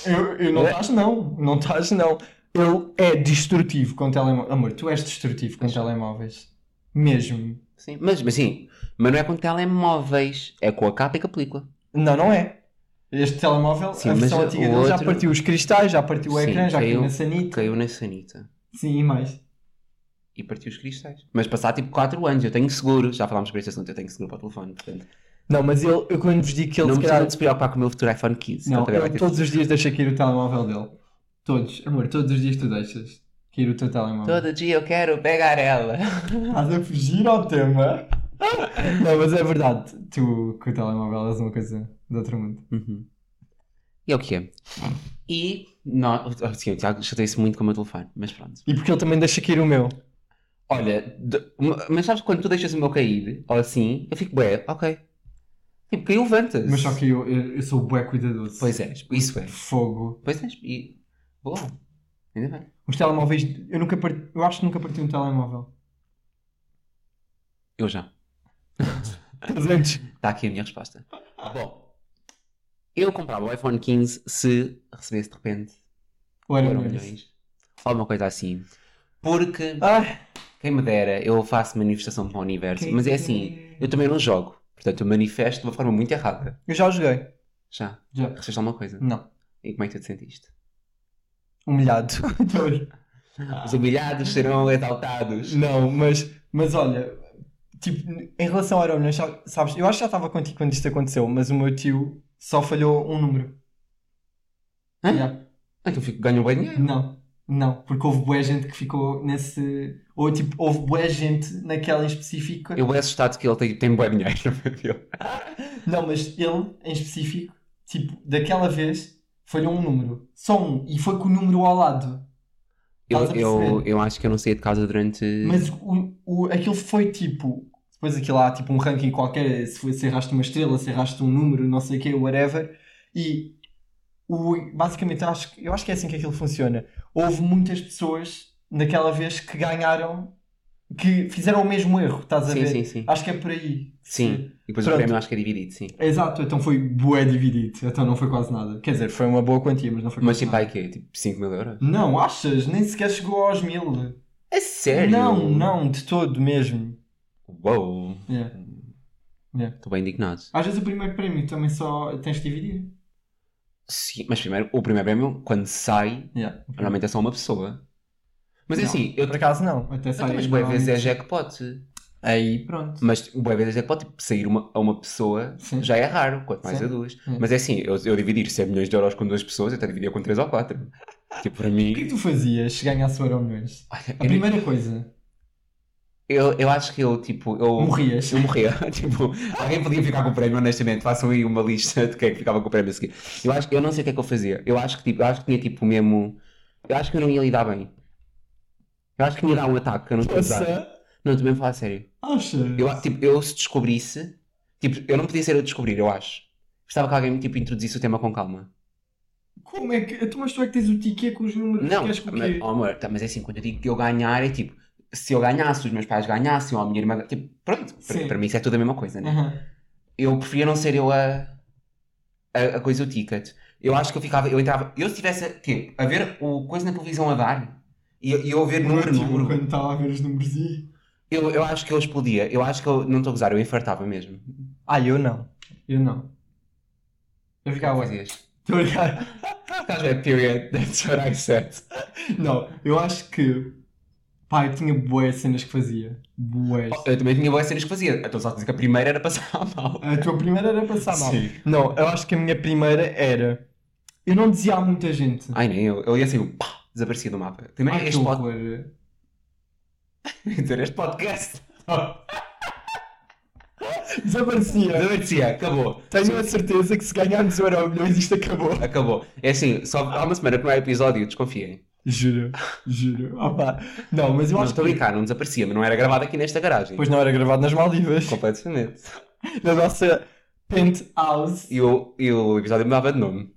Speaker 2: Eu, eu não
Speaker 1: É.
Speaker 2: estás, não. Não estás, não. Ele é destrutivo com telemóveis. Amor, tu és destrutivo com telemóveis. Mesmo.
Speaker 1: Sim, mas, mas sim, mas não é com telemóveis, é com a capa e com a película.
Speaker 2: Não, não é. Este telemóvel,
Speaker 1: Sim,
Speaker 2: a
Speaker 1: mas
Speaker 2: versão
Speaker 1: o
Speaker 2: antiga dele já
Speaker 1: outro-
Speaker 2: partiu os cristais, já partiu o
Speaker 1: Sim,
Speaker 2: ecrã, já caiu
Speaker 1: caiu-
Speaker 2: na sanita.
Speaker 1: Caiu na sanita
Speaker 2: Sim, e mais.
Speaker 1: e partiu os cristais. Mas passar tipo 4 anos, eu tenho seguro, já falámos sobre este assunto, eu tenho seguro para o telefone. Portanto,
Speaker 2: Não, mas ele, eu quando vos digo que ele
Speaker 1: não
Speaker 2: se
Speaker 1: me calhar...
Speaker 2: calhar.
Speaker 1: de se preocupar com o meu futuro iPhone 15.
Speaker 2: Não,
Speaker 1: que ele também vai
Speaker 2: eu
Speaker 1: ter-
Speaker 2: todos os dias deixo cair o telemóvel dele. Todos, amor, todos os dias tu deixas cair o teu telemóvel.
Speaker 1: Todo dia eu quero pegar ela.
Speaker 2: Estás a fugir ao tema. não, mas é verdade. Tu com o telemóvel és uma coisa de outro mundo.
Speaker 1: Uhum. E é o que é. E. Não, assim, o Tiago chatei-se muito com o meu telefone, mas pronto.
Speaker 2: E porque ele também deixa cair o meu.
Speaker 1: Olha, de- ma- mas sabes quando tu deixas o meu cair, ou assim, eu fico, bué, ok. Tipo, caiu, levanta
Speaker 2: Mas só que eu, eu, eu sou bué cuidadoso.
Speaker 1: Pois és, isso é.
Speaker 2: Fogo.
Speaker 1: Pois és, e... Boa. Ainda bem.
Speaker 2: Os telemóveis. Eu nunca part... Eu acho que nunca parti um telemóvel.
Speaker 1: Eu já.
Speaker 2: Presentes.
Speaker 1: Está aqui a minha resposta. Bom, eu comprava o iPhone 15 se recebesse de repente
Speaker 2: Ou era um
Speaker 1: euro
Speaker 2: milhões.
Speaker 1: milhões. Alguma coisa assim. Porque,
Speaker 2: Ai,
Speaker 1: quem me dera, eu faço manifestação para o universo.
Speaker 2: quem
Speaker 1: Mas é
Speaker 2: quer?
Speaker 1: assim, eu também não jogo. Portanto, eu manifesto de uma forma muito errada.
Speaker 2: Eu já o joguei.
Speaker 1: Já.
Speaker 2: Já.
Speaker 1: Recebeste alguma coisa?
Speaker 2: Não.
Speaker 1: E como é que tu te sentiste?
Speaker 2: Humilhado.
Speaker 1: Os humilhados serão exaltados.
Speaker 2: não, mas, mas olha, tipo, em relação ao Euromilhões, sa- sabes, eu acho que já estava contigo quando isto aconteceu, mas o meu tio só falhou um número.
Speaker 1: Hã?
Speaker 2: Yeah.
Speaker 1: Ah, Então fico, ganho bem dinheiro.
Speaker 2: Não, não, porque houve boa gente que ficou nesse. Ou tipo, houve boa gente naquela em específico.
Speaker 1: Eu é assustado que ele tem, tem bom dinheiro. meu.
Speaker 2: Não, mas ele em específico, tipo, daquela vez, falhou um número. Só um. E foi com o número ao lado.
Speaker 1: Eu,
Speaker 2: Estás a
Speaker 1: eu,
Speaker 2: perceber?
Speaker 1: eu acho que eu não saí de casa durante...
Speaker 2: Mas o, o, aquilo foi tipo. Depois aquilo há tipo um ranking qualquer, se, foi, se erraste uma estrela, se erraste um número, não sei o quê, whatever. E o, basicamente eu acho, que- eu acho que é assim que aquilo funciona. Houve muitas pessoas naquela vez que ganharam, que fizeram o mesmo erro, estás a
Speaker 1: Sim,
Speaker 2: ver?
Speaker 1: sim, sim.
Speaker 2: Acho que é por aí.
Speaker 1: Sim. E depois
Speaker 2: Pronto.
Speaker 1: o prémio acho que é dividido, sim.
Speaker 2: Exato, então foi bué dividido, então não foi quase nada. Quer dizer, foi uma boa quantia, mas não foi
Speaker 1: Mas
Speaker 2: quase
Speaker 1: tipo,
Speaker 2: nada.
Speaker 1: aí quê? Tipo, 5 mil euros?
Speaker 2: Não, achas? Nem sequer chegou aos mil.
Speaker 1: É sério?
Speaker 2: Não, não, de todo mesmo.
Speaker 1: Uou.
Speaker 2: É.
Speaker 1: Estou bem indignado.
Speaker 2: Às vezes o primeiro prémio também só tens de dividir.
Speaker 1: Sim, mas primeiro, o primeiro prémio, quando sai,
Speaker 2: Yeah.
Speaker 1: normalmente é só uma pessoa. Mas é
Speaker 2: Não.
Speaker 1: assim, eu
Speaker 2: Por
Speaker 1: trago.
Speaker 2: acaso não. Até sai.
Speaker 1: Mas boa vezes é
Speaker 2: normalmente.
Speaker 1: jackpot.
Speaker 2: Aí pronto.
Speaker 1: Mas boa vezes é jackpot, tipo, sair uma, a uma pessoa
Speaker 2: Sim.
Speaker 1: já é raro, quanto mais
Speaker 2: Sim.
Speaker 1: a duas.
Speaker 2: Hum.
Speaker 1: Mas é assim, eu, eu dividir 100 milhões de euros com duas pessoas, eu até dividia com três ou quatro. Tipo, para
Speaker 2: O que é
Speaker 1: mim.
Speaker 2: que tu fazias se ganhasse o Euro Milhões?
Speaker 1: olha,
Speaker 2: A primeira coisa,
Speaker 1: eu, eu acho que eu, tipo. Eu,
Speaker 2: morrias.
Speaker 1: Se eu morrer, tipo, alguém podia ficar com o prémio, honestamente, façam aí uma lista de quem é que ficava com o prémio a seguir. Eu acho eu não sei o que é que eu fazia. Eu acho que tipo, eu acho que tinha tipo mesmo. Eu acho que eu não ia lidar bem. Eu acho que me ia dar um ataque, eu não estou a usar.
Speaker 2: Nossa,
Speaker 1: Não, estou mesmo a falar sério.
Speaker 2: Achas?
Speaker 1: Eu, a- tipo, eu se descobrisse, tipo, eu não podia ser eu a descobrir, eu acho. Gostava que alguém me tipo, introduzisse o tema com calma.
Speaker 2: Como é que. Tu, mas tu é que tens o tiquê com os números
Speaker 1: Não,
Speaker 2: que queres com o
Speaker 1: mas,
Speaker 2: quê?
Speaker 1: oh, amor, tá, mas é assim, quando eu digo que eu ganhar, é tipo, se eu ganhasse, os meus pais ganhassem, ou a minha irmã. Tipo, pronto, para,
Speaker 2: Sim.
Speaker 1: para mim isso é tudo a mesma coisa, né?
Speaker 2: Aham.
Speaker 1: eu preferia não ser eu a, a, a coisa, o ticket. Eu acho que eu ficava, eu entrava, eu se tivesse tipo, a ver o coisa na televisão a dar e eu, e eu a ver número,
Speaker 2: Tipo,
Speaker 1: número,
Speaker 2: Quando estava a ver os números e.
Speaker 1: eu, eu acho que eu explodia. Eu acho que eu, não estou a gozar, eu infartava mesmo.
Speaker 2: Ah, eu não. Eu não. Eu ficava.
Speaker 1: Fazias.
Speaker 2: Estou a olhar.
Speaker 1: Estás a ver, period, that's what I said.
Speaker 2: Não, eu acho que. Pá, eu tinha boas cenas que fazia. Boas.
Speaker 1: Eu também tinha boas cenas que fazia. Então só te dizer que a primeira era passar mal.
Speaker 2: A tua primeira era passar mal.
Speaker 1: Sim.
Speaker 2: Não, eu acho que a minha primeira era. Eu não dizia a muita gente.
Speaker 1: Ai nem eu, eu ia assim, um pá, desaparecia do mapa. Também
Speaker 2: Ai, que
Speaker 1: este, pod...
Speaker 2: horror.
Speaker 1: dizer, este podcast.
Speaker 2: Desaparecia.
Speaker 1: Desaparecia, acabou.
Speaker 2: Tenho a certeza que se ganharmos o Euro Milhões isto acabou.
Speaker 1: Acabou. É assim, só há uma semana, primeiro episódio, desconfiem.
Speaker 2: Juro, juro. Opa. Não, mas eu
Speaker 1: Não,
Speaker 2: acho
Speaker 1: estou a
Speaker 2: que.
Speaker 1: brincar, não desaparecia, mas não era gravado aqui nesta garagem.
Speaker 2: Pois não era gravado nas Maldivas.
Speaker 1: Completamente.
Speaker 2: Na nossa penthouse.
Speaker 1: E o, e o episódio mudava de nome.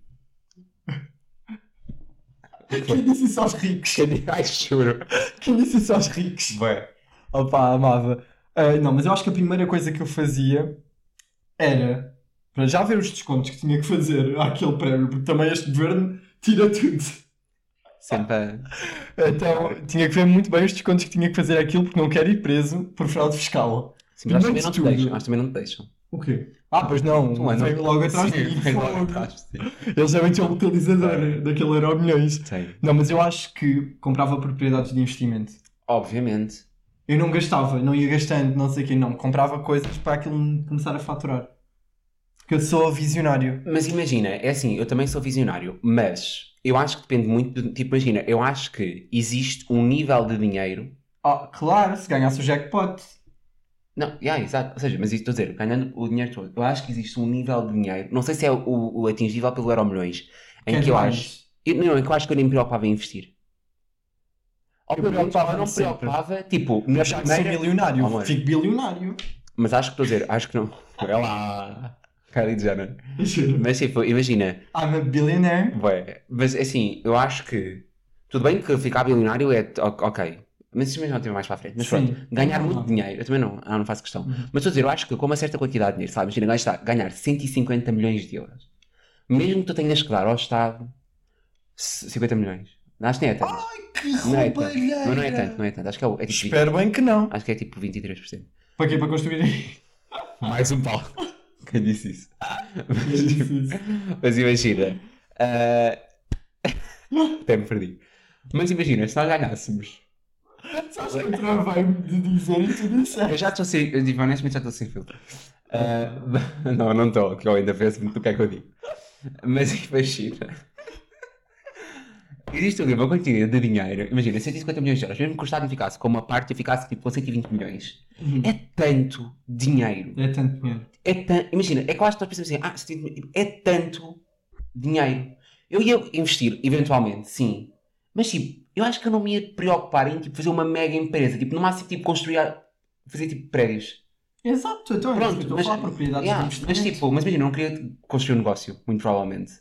Speaker 2: Quem disse isso aos ricos?
Speaker 1: Ai, juro.
Speaker 2: Quem disse isso aos ricos?
Speaker 1: Bem,
Speaker 2: Opa, amava. Ah, não, mas eu acho que a primeira coisa que eu fazia era para já ver os descontos que tinha que fazer àquele prémio, porque também este governo tira tudo.
Speaker 1: sempre a...
Speaker 2: Então tinha que ver muito bem os descontos que tinha que fazer àquilo, porque não quero ir preso por fraude fiscal.
Speaker 1: Sim, mas eles também não te
Speaker 2: Primeiro de
Speaker 1: deixam.
Speaker 2: tudo.
Speaker 1: Eles também não te deixam.
Speaker 2: O quê? Ah, pois não,
Speaker 1: Tu andas-
Speaker 2: veio logo atrás
Speaker 1: Então, Sim,
Speaker 2: de mim.
Speaker 1: vem logo
Speaker 2: fogo.
Speaker 1: atrás, sim.
Speaker 2: Eles já tinham o localizador daquele euro milhões.
Speaker 1: Sim.
Speaker 2: Não, mas eu acho que comprava propriedades de investimento.
Speaker 1: Obviamente.
Speaker 2: Eu não gastava, não ia gastando, não sei o quê, não. Comprava coisas para aquilo me começar a faturar. Porque eu sou visionário.
Speaker 1: Mas imagina, é assim, eu também sou visionário, mas eu acho que depende muito do. Tipo, imagina, eu acho que existe um nível de dinheiro.
Speaker 2: Oh, claro, se ganhasse o jackpot.
Speaker 1: Não, yeah, exato. Ou seja, mas isto estou a dizer, ganhando o dinheiro todo, eu acho que existe um nível de dinheiro, não sei se é o, o atingível pelo Euro Milhões, em
Speaker 2: Quer
Speaker 1: que eu
Speaker 2: mais?
Speaker 1: acho. Eu, não, é que eu acho que eu nem me preocupava em investir. eu preocupava, não me
Speaker 2: sempre.
Speaker 1: preocupava. Tipo, na
Speaker 2: Achar que sou
Speaker 1: primeira-
Speaker 2: milionário,
Speaker 1: Oh, mano.
Speaker 2: fico bilionário.
Speaker 1: Mas acho que estou a dizer, acho que não. É lá. Kylie
Speaker 2: é.
Speaker 1: Jenner. Mas tipo, imagina,
Speaker 2: I'm a billionaire.
Speaker 1: Bué, mas assim, eu acho que tudo bem que ficar bilionário é o- ok, mas isso mesmo é um tema mais para a frente. Mas
Speaker 2: Sim.
Speaker 1: pronto, ganhar
Speaker 2: Não,
Speaker 1: muito
Speaker 2: não.
Speaker 1: dinheiro, eu também não, ah, não faço questão.
Speaker 2: Uhum.
Speaker 1: Mas estou a dizer, eu acho que com uma certa quantidade de dinheiro, sabes, imagina gastar- ganhar 150 milhões de euros, mesmo que tu tenhas que dar ao Estado c- 50 milhões, acho que nem é tanto,
Speaker 2: Que
Speaker 1: não é tanto,
Speaker 2: roubalheira.
Speaker 1: não, não é tanto, não é tanto, acho que é, o- é tipo,
Speaker 2: Espero bem que não.
Speaker 1: acho que é tipo 23%.
Speaker 2: Para quê? Para construir?
Speaker 1: Mais um pau. Quem disse isso? Mas, tipo,
Speaker 2: Sim,
Speaker 1: Mas imagina. ah, Até me perdi. Mas imagina, se nós ganhássemos.
Speaker 2: Sabes que eu travei-me de dizer e tu disseste.
Speaker 1: Eu já estou sem. Eu, digo, honestamente, já estou sem filtro. Ah, não, não estou, que eu ainda penso muito o que é que eu digo. Mas imagina. Existe ali uma quantia de dinheiro, imagina, 150 milhões de euros, mesmo que o Estado me ficasse com uma parte, eu ficasse tipo com 120 milhões. É tanto dinheiro.
Speaker 2: Uhum. É tanto dinheiro.
Speaker 1: é tan- imagina, é quase que nós pensamos assim, ah, 70 mil- é tanto dinheiro. Eu ia investir, eventualmente, sim. Mas tipo, eu acho que eu não me ia preocupar em tipo, fazer uma mega empresa. Tipo, no máximo tipo, construir. a- Fazer tipo prédios.
Speaker 2: Exato, então é isso que
Speaker 1: Pronto,
Speaker 2: eu estou a
Speaker 1: mas,
Speaker 2: falar propriedades
Speaker 1: yeah,
Speaker 2: de
Speaker 1: mas
Speaker 2: investimento.
Speaker 1: tipo, mas imagina, eu não queria construir um negócio, muito provavelmente.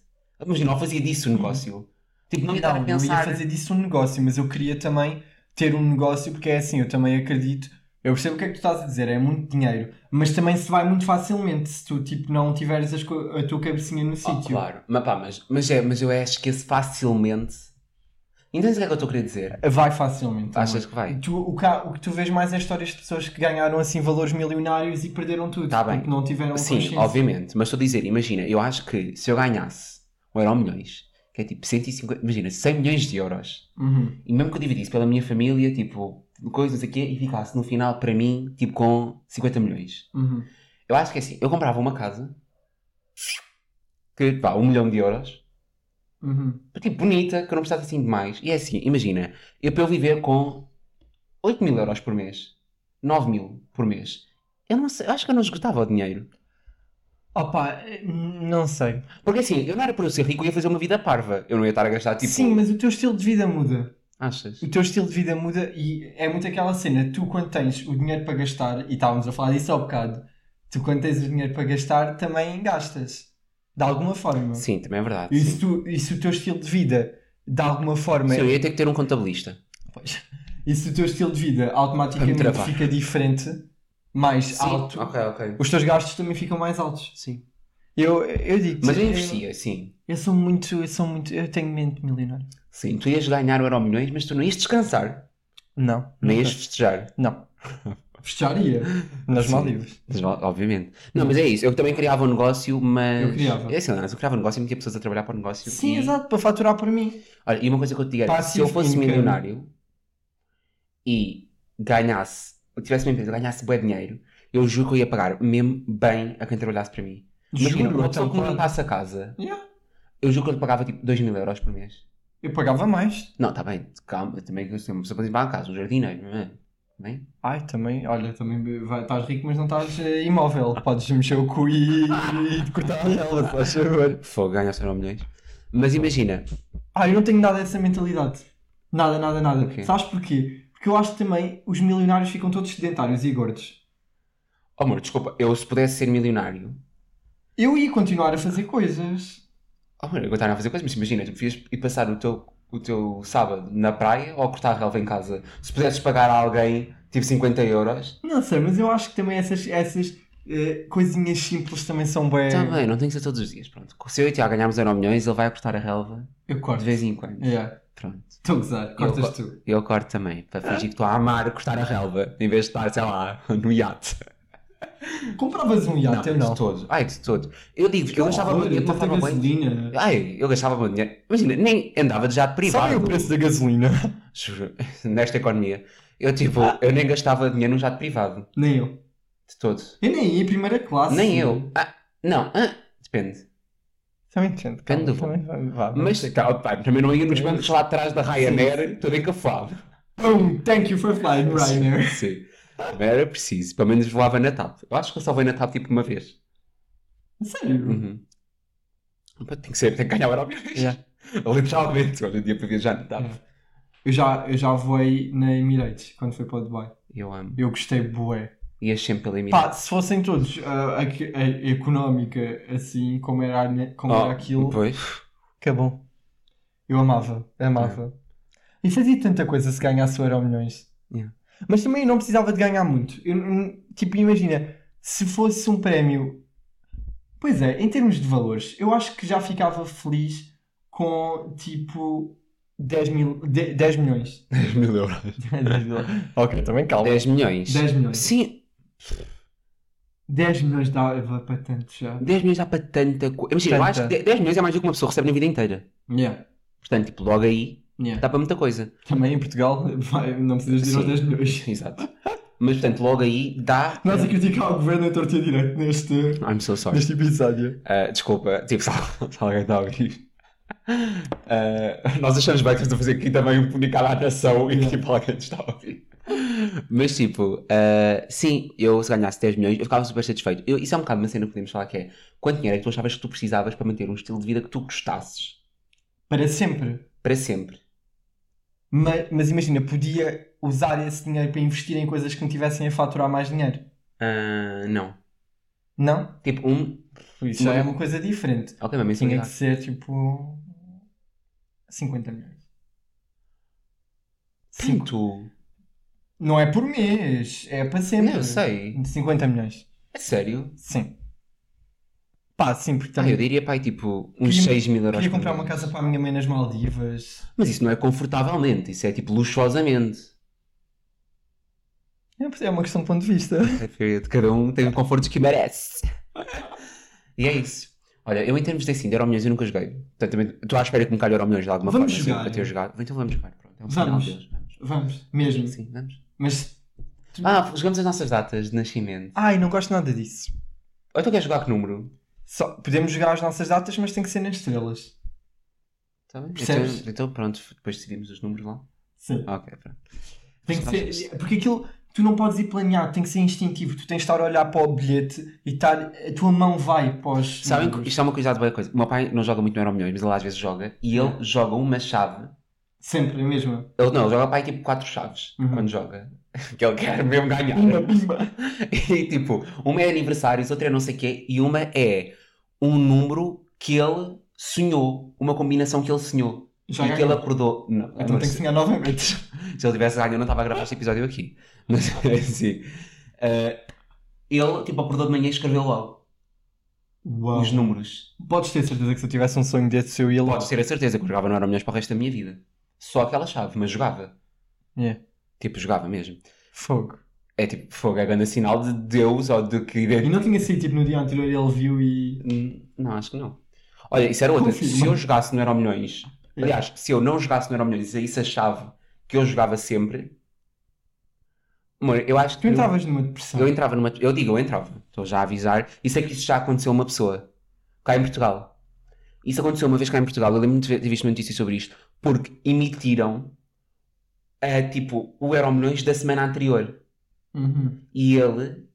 Speaker 1: Imagina, eu fazia disso um negócio. Tipo, não ia estar a pensar.
Speaker 2: eu ia fazer disso um negócio, mas eu queria também ter um negócio porque é assim, eu também acredito. Eu percebo o que é que tu estás a dizer, é muito dinheiro, mas também se vai muito facilmente se tu tipo, não tiveres as co- a tua cabecinha no
Speaker 1: Oh,
Speaker 2: sítio.
Speaker 1: claro, mas, pá, mas, mas, é, mas eu acho que esse facilmente. Entendes o que é que eu estou a querer dizer?
Speaker 2: Vai facilmente. também.
Speaker 1: Achas que vai?
Speaker 2: Tu- o, que há- o que tu vês mais é histórias de pessoas que ganharam assim valores milionários e perderam tudo
Speaker 1: Tá
Speaker 2: porque
Speaker 1: bem.
Speaker 2: não tiveram
Speaker 1: Sim,
Speaker 2: consciência.
Speaker 1: obviamente, mas estou a dizer, imagina, eu acho que se eu ganhasse um euro milhões, que é tipo 150, imagina, 100 milhões de euros,
Speaker 2: Uhum.
Speaker 1: e mesmo que eu dividisse pela minha família, tipo, coisas aqui, e ficasse no final para mim, tipo, com 50 milhões.
Speaker 2: Uhum.
Speaker 1: Eu acho que é assim, eu comprava uma casa, que pá, um milhão de euros,
Speaker 2: Uhum.
Speaker 1: tipo, bonita, que eu não precisasse assim de mais, e é assim, imagina, eu para eu viver com 8 mil euros por mês, 9 mil por mês, eu não sei, eu acho que eu não esgotava o dinheiro.
Speaker 2: Opa, eh, não sei.
Speaker 1: Porque assim, eu não era para eu ser rico, eu ia fazer uma vida parva. Eu não ia estar a gastar tipo.
Speaker 2: Sim, mas o teu estilo de vida muda.
Speaker 1: Achas?
Speaker 2: O teu estilo de vida muda e é muito aquela cena, tu quando tens o dinheiro para gastar, e estávamos a falar disso há bocado, tu quando tens o dinheiro para gastar também gastas, de alguma forma.
Speaker 1: Sim, também é verdade.
Speaker 2: E se,
Speaker 1: Sim.
Speaker 2: tu, e se o teu estilo de vida, de alguma forma,
Speaker 1: Sim, eu ia ter que ter um contabilista.
Speaker 2: Pois. e se o teu estilo de vida
Speaker 1: Para me
Speaker 2: automaticamente
Speaker 1: travar.
Speaker 2: fica diferente, mais alto,
Speaker 1: Ok, ok.
Speaker 2: os teus gastos também ficam mais altos.
Speaker 1: Sim.
Speaker 2: Eu, eu digo
Speaker 1: Mas eu investia, sim.
Speaker 2: Eu, sou muito, eu sou muito, eu tenho mente milionária.
Speaker 1: Sim, tu ias ganhar o euro milhões, mas tu não ias descansar.
Speaker 2: Não.
Speaker 1: Não ias
Speaker 2: nunca.
Speaker 1: festejar.
Speaker 2: Não. Fecharia nas
Speaker 1: Sim.
Speaker 2: Maldivas.
Speaker 1: Mas, ó, Obviamente. Não, mas é isso. Eu também criava um negócio, mas.
Speaker 2: Eu criava.
Speaker 1: É assim, mas eu criava um negócio e metia pessoas a trabalhar para o negócio.
Speaker 2: Sim,
Speaker 1: Tipo, e...
Speaker 2: exato, para faturar por mim.
Speaker 1: Olha, e uma coisa que eu te digo era, se
Speaker 2: Passive
Speaker 1: eu fosse
Speaker 2: income.
Speaker 1: milionário e ganhasse, eu tivesse uma empresa, ganhasse bué dinheiro, eu juro que eu ia pagar mesmo bem a quem trabalhasse para mim. Imagina, uma pessoa que me
Speaker 2: claro.
Speaker 1: limpasse a casa,
Speaker 2: Yeah.
Speaker 1: eu juro que eu lhe pagava tipo 2 mil euros por mês.
Speaker 2: Eu pagava mais.
Speaker 1: Não, tá bem, calma, também que eu sou uma pessoa para limpar a casa, um jardineiro, não é? Tá Bem?
Speaker 2: Ai, também, olha, também vai- estás rico, mas não estás eh, imóvel. Podes mexer o cu e, e cortar ela, se faz favor.
Speaker 1: Fogo, ganha só milhões. Mas imagina,
Speaker 2: Ah, eu não tenho nada dessa mentalidade. Nada, nada, nada.
Speaker 1: Ok.
Speaker 2: Sabes porquê? Porque eu acho que também os milionários ficam todos sedentários e gordos.
Speaker 1: oh, amor, desculpa, eu se pudesse ser milionário,
Speaker 2: Eu ia continuar a fazer coisas.
Speaker 1: oh, amor, eu estava a fazer coisas, mas imagina, tu podias ir passar o teu, o teu sábado na praia ou a cortar a relva em casa. Se pudesses pagar a alguém tipo 50 euros,
Speaker 2: Não sei, mas eu acho que também essas, essas eh, coisinhas simples também são bem.
Speaker 1: tá bem, não tem que ser todos os dias, pronto. Se eu e o Tiago ganharmos euro milhões, ele vai a cortar a relva
Speaker 2: Eu
Speaker 1: de
Speaker 2: corto.
Speaker 1: vez em quando.
Speaker 2: Yeah.
Speaker 1: Pronto.
Speaker 2: Estou a gozar, cortas tu.
Speaker 1: Eu corto também, para fingir que estou a amar cortar a relva, em vez de estar, sei lá, no iate.
Speaker 2: Compravas um iate ou
Speaker 1: de
Speaker 2: não?
Speaker 1: todo. Ai, de todo. Eu digo, eu gastava meu dinheiro de uma
Speaker 2: tanta
Speaker 1: forma bem.
Speaker 2: gasolina.
Speaker 1: Ai, eu gastava meu dinheiro. Imagina, nem andava de jato privado.
Speaker 2: Sabem o preço da gasolina?
Speaker 1: Juro, nesta economia. Eu, tipo, eu nem gastava dinheiro num jato privado.
Speaker 2: Nem eu.
Speaker 1: De todo.
Speaker 2: Eu nem ia em primeira classe.
Speaker 1: nem eu. Ah, não, ah, depende.
Speaker 2: Também entendo.
Speaker 1: Depende do voo. Ah, Mas,
Speaker 2: Mas...
Speaker 1: calma, pá, também não ia nos bancos lá atrás da Ryanair, é todo encafado.
Speaker 2: Boom, thank you for flying, Ryanair.
Speaker 1: Sim. Era preciso. Pelo menos voava na TAP. Eu acho que eu só voei na TAP tipo uma vez.
Speaker 2: Sério?
Speaker 1: Uhum. É. Pá, Tem que ser, tem que ganhar o Euro Milhões. Literalmente, olha, o dia para viajar na TAP.
Speaker 2: Eu já, eu já voei na Emirates quando foi para o Dubai.
Speaker 1: Eu amo.
Speaker 2: Eu gostei bué.
Speaker 1: Ias sempre pela Emirates.
Speaker 2: Pá, se fossem todos ah, a, que- a económica, assim como era, a ne- como
Speaker 1: Oh,
Speaker 2: era aquilo,
Speaker 1: Pois.
Speaker 2: que é bom. Eu amava, amava. E fazia tanta coisa se ganhasse o Euro Milhões.
Speaker 1: Yeah.
Speaker 2: Mas também eu não precisava de ganhar muito. Eu não- tipo, imagina, se fosse um prémio. Pois é, em termos de valores, eu acho que já ficava feliz com tipo 10, mil, de- 10 milhões.
Speaker 1: 10 mil euros.
Speaker 2: 10 mil- ok, também calma.
Speaker 1: 10 milhões.
Speaker 2: 10 milhões.
Speaker 1: Sim,
Speaker 2: 10 milhões dava para tanto já.
Speaker 1: 10 milhões dá para tanta coisa. Imagina, eu
Speaker 2: Tanta.
Speaker 1: acho que de- 10 milhões é mais do que uma pessoa recebe na vida inteira.
Speaker 2: Yeah,
Speaker 1: Portanto, tipo, logo aí
Speaker 2: yeah.
Speaker 1: dá para muita coisa.
Speaker 2: Também em Portugal, vai, não precisas de ir aos
Speaker 1: Sim.
Speaker 2: 10 milhões.
Speaker 1: Exato. Mas, portanto, logo aí dá.
Speaker 2: Nós a criticar o governo em torto e a direito neste,
Speaker 1: I'm so sorry.
Speaker 2: neste episódio.
Speaker 1: Ah, desculpa, tipo, se, al- se alguém está a ouvir isto. Ah, nós achamos bem que estamos a fazer aqui também um comunicado à nação e que tipo, alguém nos está a ouvir. Mas tipo, ah, sim, eu se ganhasse 10 milhões, eu ficava super satisfeito. Eu- isso é um bocado uma cena que podemos falar que é quanto dinheiro é que tu achavas que tu precisavas para manter um estilo de vida que tu gostasses
Speaker 2: Para sempre.
Speaker 1: para sempre?
Speaker 2: Mas, mas imagina, podia usar esse dinheiro para investir em coisas que me tivessem a faturar mais dinheiro.
Speaker 1: Ah, não.
Speaker 2: Não?
Speaker 1: Tipo, um.
Speaker 2: Isso já é uma coisa diferente.
Speaker 1: Ok, mas
Speaker 2: Tinha
Speaker 1: mensalidade.
Speaker 2: que ser tipo. 50 milhões. Cinco.
Speaker 1: Pinto.
Speaker 2: Não é por mês, é para sempre.
Speaker 1: Não, eu sei.
Speaker 2: 50 milhões.
Speaker 1: É sério?
Speaker 2: Sim. Pá, sim, porque
Speaker 1: Ah, eu
Speaker 2: também.
Speaker 1: diria, pai, tipo, uns
Speaker 2: Queria-
Speaker 1: 6 mil euros.
Speaker 2: Queria
Speaker 1: por
Speaker 2: comprar uma
Speaker 1: mês.
Speaker 2: casa para a minha mãe nas Maldivas.
Speaker 1: Mas isso não é confortavelmente, isso é tipo luxuosamente.
Speaker 2: É uma questão de ponto de vista.
Speaker 1: É period. Cada um tem o conforto que merece. e é isso. Olha, eu em termos de assim, de Euromilhões eu nunca joguei. Portanto, também estou à espera que me calhe Euromilhões de alguma
Speaker 2: Vamos
Speaker 1: forma.
Speaker 2: jogar. é.
Speaker 1: Assim, eu ter jogado. Então vamos jogar, pronto. É um
Speaker 2: Vamos.
Speaker 1: Final deles. vamos.
Speaker 2: Vamos, mesmo.
Speaker 1: Sim, vamos.
Speaker 2: Mas.
Speaker 1: Ah, jogamos as nossas datas de nascimento.
Speaker 2: Ai, não gosto nada disso.
Speaker 1: Ou tu queres jogar que número?
Speaker 2: Só, podemos jogar as nossas datas, mas tem que ser nas estrelas.
Speaker 1: Tá bem?
Speaker 2: Percebes?
Speaker 1: Então, então pronto, depois decidimos os números lá.
Speaker 2: Sim.
Speaker 1: Ok, pronto.
Speaker 2: Tem que ser, porque aquilo, tu não podes ir planeado, tem que ser instintivo. Tu tens de estar a olhar para o bilhete e estar, a tua mão vai para os.
Speaker 1: Sabem que
Speaker 2: números.
Speaker 1: isto é uma curiosidade boa coisa. O meu pai não joga muito no Euromilhões, mas ele às vezes joga. E ele joga uma chave
Speaker 2: Sempre, é a mesma.
Speaker 1: Ele não, ele joga pai tipo quatro chaves
Speaker 2: Uhum.
Speaker 1: quando joga. Que ele quer mesmo ganhar.
Speaker 2: Pimba, pimba.
Speaker 1: E tipo, uma é aniversários, outra é não sei o quê, e uma é um número que ele sonhou, uma combinação que ele sonhou.
Speaker 2: Já
Speaker 1: e que ele
Speaker 2: ganhou.
Speaker 1: acordou. Não, não
Speaker 2: Então tem que
Speaker 1: sei.
Speaker 2: ganhar novamente.
Speaker 1: se ele tivesse ganho, eu não estava a gravar este episódio aqui. Mas assim. eh, ele tipo acordou de manhã e escreveu logo
Speaker 2: Uau.
Speaker 1: os números.
Speaker 2: Podes ter certeza que se eu tivesse um sonho desse seu ia lá.
Speaker 1: Podes ter a certeza que eu jogava no Euromilhões para o resto da minha vida. Só aquela chave, mas jogava.
Speaker 2: Yeah.
Speaker 1: Tipo, jogava mesmo.
Speaker 2: Fogo.
Speaker 1: É tipo, fogo, é grande sinal de Deus ou de que.
Speaker 2: E não tinha sido tipo no dia anterior ele viu e.
Speaker 1: Hum, Não, acho que não. Olha, isso era outra.
Speaker 2: Confirma.
Speaker 1: Se eu jogasse no Euro Milhões,
Speaker 2: É.
Speaker 1: aliás, se eu não jogasse no Euro Milhões e saísse a chave que eu jogava sempre, amor, eu acho que.
Speaker 2: Tu
Speaker 1: eu-
Speaker 2: entravas numa depressão.
Speaker 1: Eu entrava numa. Eu digo, eu entrava. Estou já a avisar. E sei que isso já aconteceu a uma pessoa. Cá em Portugal. Isso aconteceu uma vez cá em Portugal. Eu lembro-me de ver- ter visto uma notícia sobre isto. Porque emitiram, eh, tipo, o Euro Milhões da semana anterior.
Speaker 2: Uhum.
Speaker 1: E ele